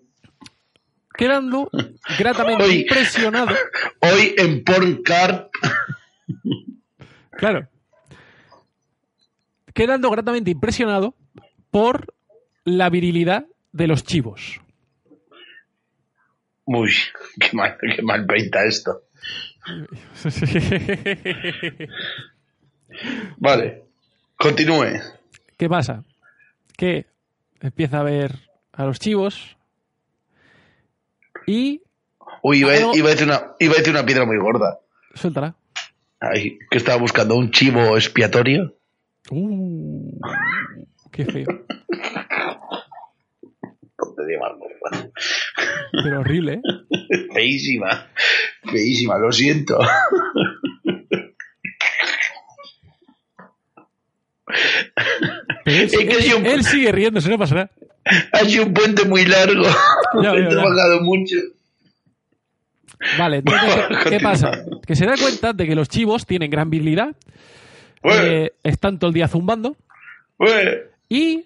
[SPEAKER 4] quedando gratamente
[SPEAKER 5] Uy.
[SPEAKER 4] impresionado.
[SPEAKER 5] Hoy en Porncar
[SPEAKER 4] Claro. Quedando gratamente impresionado por la virilidad de los chivos.
[SPEAKER 5] Uy, qué mal, qué mal pinta esto. Vale, continúe.
[SPEAKER 4] ¿Qué pasa? Que empieza a ver a los chivos y
[SPEAKER 5] Uy, iba,
[SPEAKER 4] Ah, no.
[SPEAKER 5] iba a decir una, iba a decir una piedra muy gorda.
[SPEAKER 4] suéltala.
[SPEAKER 5] Ay, que estaba buscando un chivo expiatorio.
[SPEAKER 4] Uh, qué feo,
[SPEAKER 5] Tontería más gorda.
[SPEAKER 4] pero horrible. ¿eh?
[SPEAKER 5] Feísima, feísima, lo siento.
[SPEAKER 4] Pero él,
[SPEAKER 5] Es que
[SPEAKER 4] él-
[SPEAKER 5] yo-
[SPEAKER 4] él sigue riéndose, no pasa nada.
[SPEAKER 5] Ha sido un puente muy largo.
[SPEAKER 4] Ya,
[SPEAKER 5] He
[SPEAKER 4] ya, ya.
[SPEAKER 5] trabajado mucho.
[SPEAKER 4] Vale, entonces, ¿qué
[SPEAKER 5] Continúa.
[SPEAKER 4] pasa? Que se da cuenta de que los chivos tienen gran virilidad,
[SPEAKER 5] Bueno,
[SPEAKER 4] eh, están todo el día zumbando
[SPEAKER 5] bueno.
[SPEAKER 4] y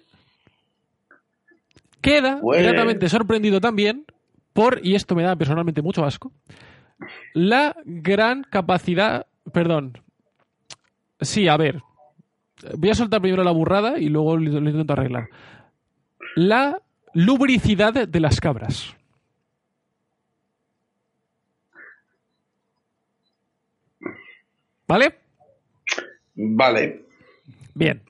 [SPEAKER 4] queda
[SPEAKER 5] Bueno.
[SPEAKER 4] gratamente sorprendido también por, y esto me da personalmente mucho asco, la gran capacidad, perdón, sí, a ver, voy a soltar primero la burrada y luego lo lo intento arreglar. La lubricidad de las cabras. ¿Vale?
[SPEAKER 5] Vale.
[SPEAKER 4] Bien.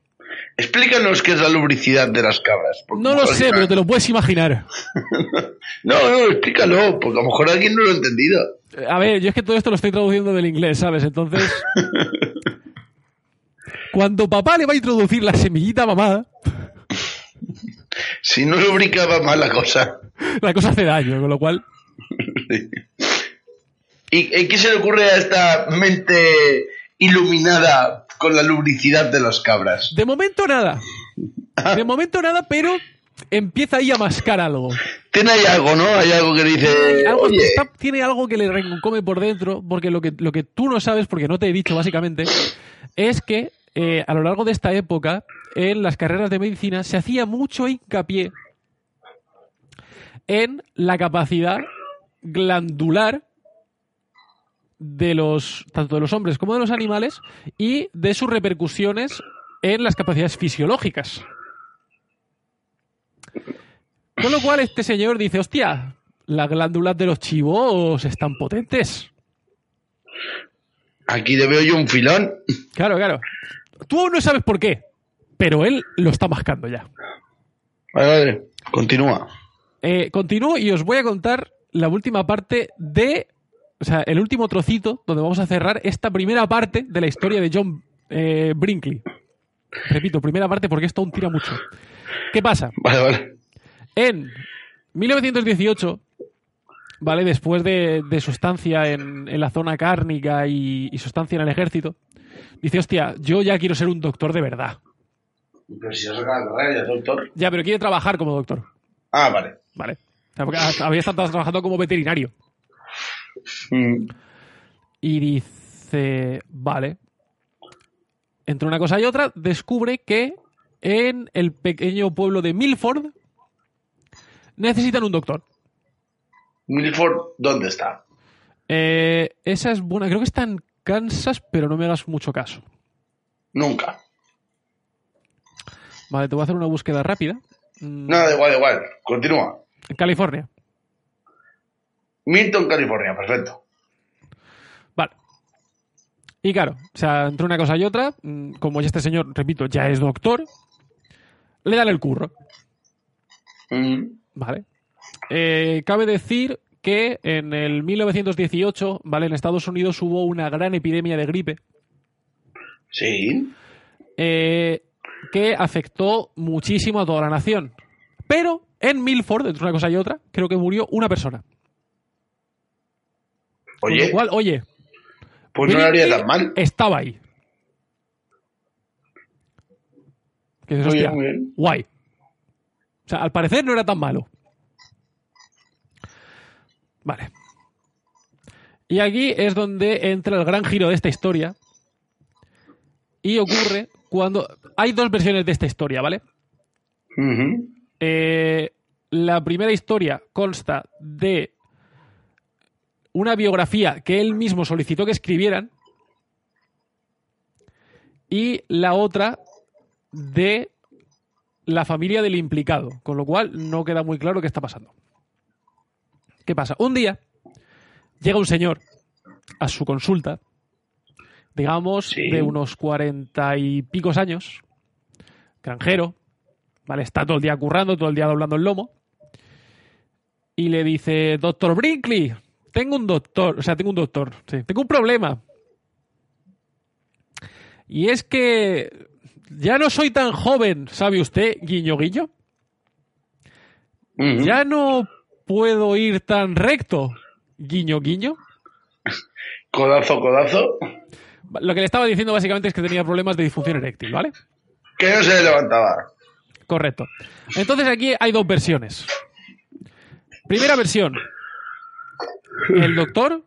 [SPEAKER 5] Explícanos qué es la lubricidad de las cabras. porque
[SPEAKER 4] No
[SPEAKER 5] a
[SPEAKER 4] lo
[SPEAKER 5] lo
[SPEAKER 4] sé,
[SPEAKER 5] mejor-
[SPEAKER 4] pero te lo puedes imaginar.
[SPEAKER 5] No, no, explícalo, porque a lo mejor alguien no lo ha entendido.
[SPEAKER 4] A ver, yo es que todo esto lo estoy traduciendo del inglés, ¿sabes? Entonces. Cuando papá le va a introducir la semillita a mamá,
[SPEAKER 5] Si no lubricaba mal la cosa.
[SPEAKER 4] la cosa hace daño, con lo cual.
[SPEAKER 5] ¿Y y qué se le ocurre a esta mente iluminada con la lubricidad de las cabras?
[SPEAKER 4] De momento nada. De momento nada, pero empieza ahí a mascar algo.
[SPEAKER 5] Tiene ahí algo, ¿no? Hay algo que dice.
[SPEAKER 4] Algo
[SPEAKER 5] Eh, Oye,
[SPEAKER 4] está- tiene algo que le come por dentro, porque lo que, lo que tú no sabes, porque no te he dicho básicamente, es que eh, a lo largo de esta época, en las carreras de medicina, se hacía mucho hincapié en la capacidad glandular de los tanto de los hombres como de los animales y de sus repercusiones en las capacidades fisiológicas. Con lo cual este señor dice, hostia, las glándulas de los chivos están potentes.
[SPEAKER 5] aquí le veo yo un filón.
[SPEAKER 4] Claro, claro. Tú aún no sabes por qué, pero él lo está mascando ya.
[SPEAKER 5] Vale, vale, continúa.
[SPEAKER 4] Eh, continúo y os voy a contar la última parte de... O sea, el último trocito donde vamos a cerrar esta primera parte de la historia de John eh, Brinkley. Repito, primera parte porque esto aún tira mucho. ¿Qué pasa?
[SPEAKER 5] Vale, vale.
[SPEAKER 4] En 1918, ¿vale? Después de, de su estancia en, en la zona cárnica y, y su estancia en el ejército, dice, hostia, yo ya quiero ser un doctor de verdad.
[SPEAKER 5] Pero si has sacado la carrera, ya, doctor.
[SPEAKER 4] Ya, pero quiere trabajar como doctor,
[SPEAKER 5] Ah, vale.
[SPEAKER 4] ¿vale? O sea, porque hasta había estado trabajando como veterinario.
[SPEAKER 5] Mm,
[SPEAKER 4] Y dice, vale. Entre una cosa y otra, descubre que en el pequeño pueblo de Milford necesitan un doctor.
[SPEAKER 5] Milford, ¿dónde está?
[SPEAKER 4] Eh, esa es buena. Creo que está en Kansas, pero no me hagas mucho caso.
[SPEAKER 5] Nunca.
[SPEAKER 4] Vale, te voy a hacer una búsqueda rápida. Mm,
[SPEAKER 5] Nada, da igual, da igual. Continúa.
[SPEAKER 4] En California.
[SPEAKER 5] Milton, California, perfecto.
[SPEAKER 4] Vale. Y claro, o sea, entre una cosa y otra, mm, como ya este señor, repito, ya es doctor, le dan el curro.
[SPEAKER 5] Mm,
[SPEAKER 4] Vale. Eh, cabe decir que en el 1918, ¿vale? En Estados Unidos hubo una gran epidemia de gripe
[SPEAKER 5] sí.
[SPEAKER 4] eh, que afectó muchísimo a toda la nación. Pero en Milford, entre una cosa y otra, creo que murió una persona. Con lo
[SPEAKER 5] Oye,
[SPEAKER 4] cual, oye,
[SPEAKER 5] pues no lo haría
[SPEAKER 4] Milton
[SPEAKER 5] tan mal.
[SPEAKER 4] Estaba ahí. Que dices,
[SPEAKER 5] Muy bien,
[SPEAKER 4] hostia,
[SPEAKER 5] muy bien.
[SPEAKER 4] guay. O sea, al parecer no era tan malo. Vale. Y aquí es donde entra el gran giro de esta historia. Y ocurre cuando. Hay dos versiones de esta historia, ¿vale?
[SPEAKER 5] Ujú.
[SPEAKER 4] Eh, la primera historia consta de una biografía que él mismo solicitó que escribieran y la otra de la familia del implicado, con lo cual no queda muy claro qué está pasando. ¿Qué pasa? Un día llega un señor a su consulta, digamos,
[SPEAKER 5] Sí.
[SPEAKER 4] de unos cuarenta y picos años, granjero, ¿vale? Está todo el día currando, todo el día doblando el lomo. Y le dice, doctor Brinkley, tengo un doctor, o sea, tengo un doctor, sí, tengo un problema. Y es que ya no soy tan joven, ¿sabe usted, guiño guiño?
[SPEAKER 5] Ujú.
[SPEAKER 4] Ya no puedo ir tan recto, guiño guiño.
[SPEAKER 5] Codazo, codazo.
[SPEAKER 4] Lo que le estaba diciendo básicamente es que tenía problemas de disfunción eréctil, ¿vale?
[SPEAKER 5] Que no se levantaba.
[SPEAKER 4] Correcto. Entonces aquí hay dos versiones. Primera versión. El doctor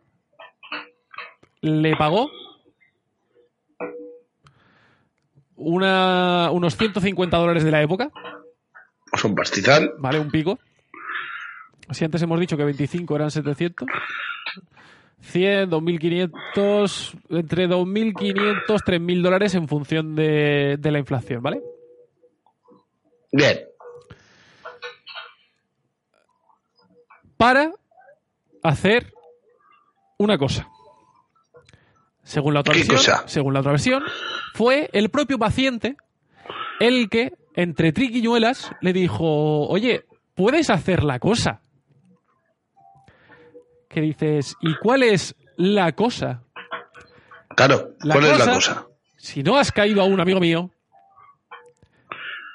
[SPEAKER 4] le pagó una, unos 150 dólares de la época,
[SPEAKER 5] Pues un pastizal.
[SPEAKER 4] ¿vale? Un pico. Si antes hemos dicho que 25 eran 700. 100, 2.500, entre 2.500, 3.000 dólares en función de, de la inflación, ¿vale?
[SPEAKER 5] Bien.
[SPEAKER 4] para hacer una cosa. Según la otra
[SPEAKER 5] ¿Qué
[SPEAKER 4] versión,
[SPEAKER 5] cosa?
[SPEAKER 4] según la otra versión, fue el propio paciente el que entre triquiñuelas le dijo, "Oye, puedes hacer la cosa." Que dices, "¿Y cuál es la cosa?"
[SPEAKER 5] Claro,
[SPEAKER 4] La
[SPEAKER 5] ¿cuál es la
[SPEAKER 4] cosa-
[SPEAKER 5] cosa?
[SPEAKER 4] Si no has caído a un amigo mío,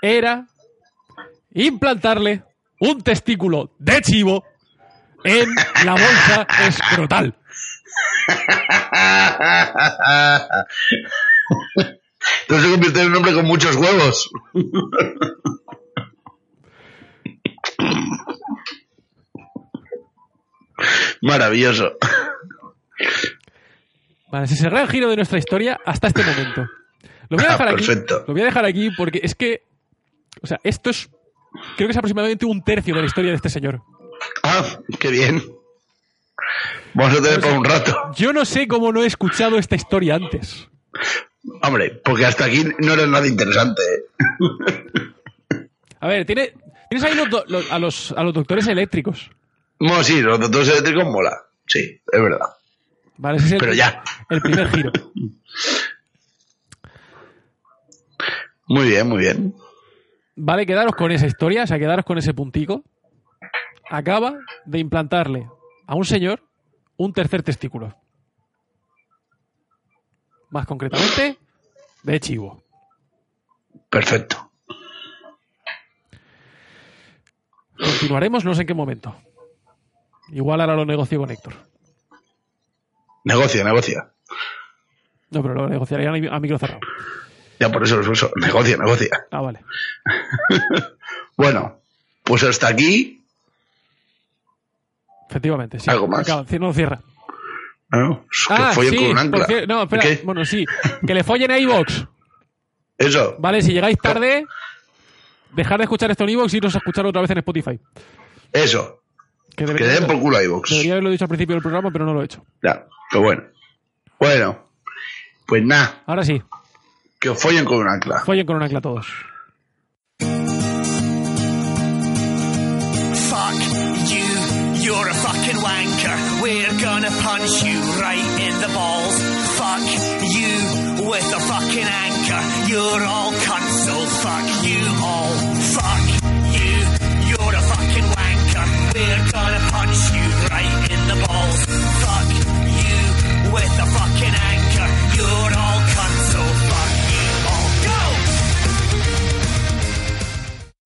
[SPEAKER 4] era implantarle un testículo de chivo en la bolsa escrotal.
[SPEAKER 5] Entonces se convierte en un hombre con muchos huevos. Maravilloso.
[SPEAKER 4] Vale, ese será el giro de nuestra historia hasta este momento. Lo voy a
[SPEAKER 5] Ah,
[SPEAKER 4] dejar aquí.
[SPEAKER 5] perfecto.
[SPEAKER 4] Lo voy a dejar aquí porque es que. O sea, esto es. Creo que es aproximadamente un tercio de la historia de este señor.
[SPEAKER 5] Ah, qué bien. Vamos a tener por un rato.
[SPEAKER 4] Yo no sé cómo no he escuchado esta historia antes.
[SPEAKER 5] Hombre, porque hasta aquí no era nada interesante. ¿eh?
[SPEAKER 4] A ver, tiene, tienes ahí los do- los- a, los, a los doctores eléctricos.
[SPEAKER 5] Bueno, sí, los doctores eléctricos mola. Sí, es verdad.
[SPEAKER 4] Vale, ese es el,
[SPEAKER 5] Pero ya.
[SPEAKER 4] el primer giro.
[SPEAKER 5] Muy bien, muy bien.
[SPEAKER 4] Vale, quedaros con esa historia, o sea, quedaros con ese puntico. Acaba de implantarle a un señor un tercer testículo. Más concretamente, de chivo.
[SPEAKER 5] Perfecto.
[SPEAKER 4] Continuaremos, no sé en qué momento. Igual ahora lo negocio con Héctor.
[SPEAKER 5] Negocia, negocia.
[SPEAKER 4] No, pero lo negociaría a mi- a micro cerrado.
[SPEAKER 5] Ya por eso los uso. Negocia, negocia.
[SPEAKER 4] Ah, vale.
[SPEAKER 5] Bueno, pues hasta aquí.
[SPEAKER 4] Efectivamente. Sí.
[SPEAKER 5] Algo más.
[SPEAKER 4] Acaba, no cierra.
[SPEAKER 5] ¿no? Que
[SPEAKER 4] Ah,
[SPEAKER 5] follen
[SPEAKER 4] sí,
[SPEAKER 5] con un ancla.
[SPEAKER 4] por cier- no, espera.
[SPEAKER 5] ¿Qué?
[SPEAKER 4] Bueno, sí. Que le follen a Evox.
[SPEAKER 5] Eso.
[SPEAKER 4] Vale, si llegáis tarde, dejar de escuchar esto en Evox y iros a escuchar otra vez en Spotify.
[SPEAKER 5] Eso.
[SPEAKER 4] Que
[SPEAKER 5] Que
[SPEAKER 4] debería,
[SPEAKER 5] le den por culo a iVox.
[SPEAKER 4] debería haberlo dicho al principio del programa, pero no lo he hecho.
[SPEAKER 5] Ya, pero bueno. Bueno, pues nada,
[SPEAKER 4] Ahora sí,
[SPEAKER 5] que os follen con un ancla.
[SPEAKER 4] follen con un ancla todos.
[SPEAKER 1] Fuck you, you're a fucking wanker. We're gonna punch you right in the balls. Fuck you with a fucking anchor. You're all cunts, so fuck you all. Fuck you, you're a fucking wanker. We're gonna punch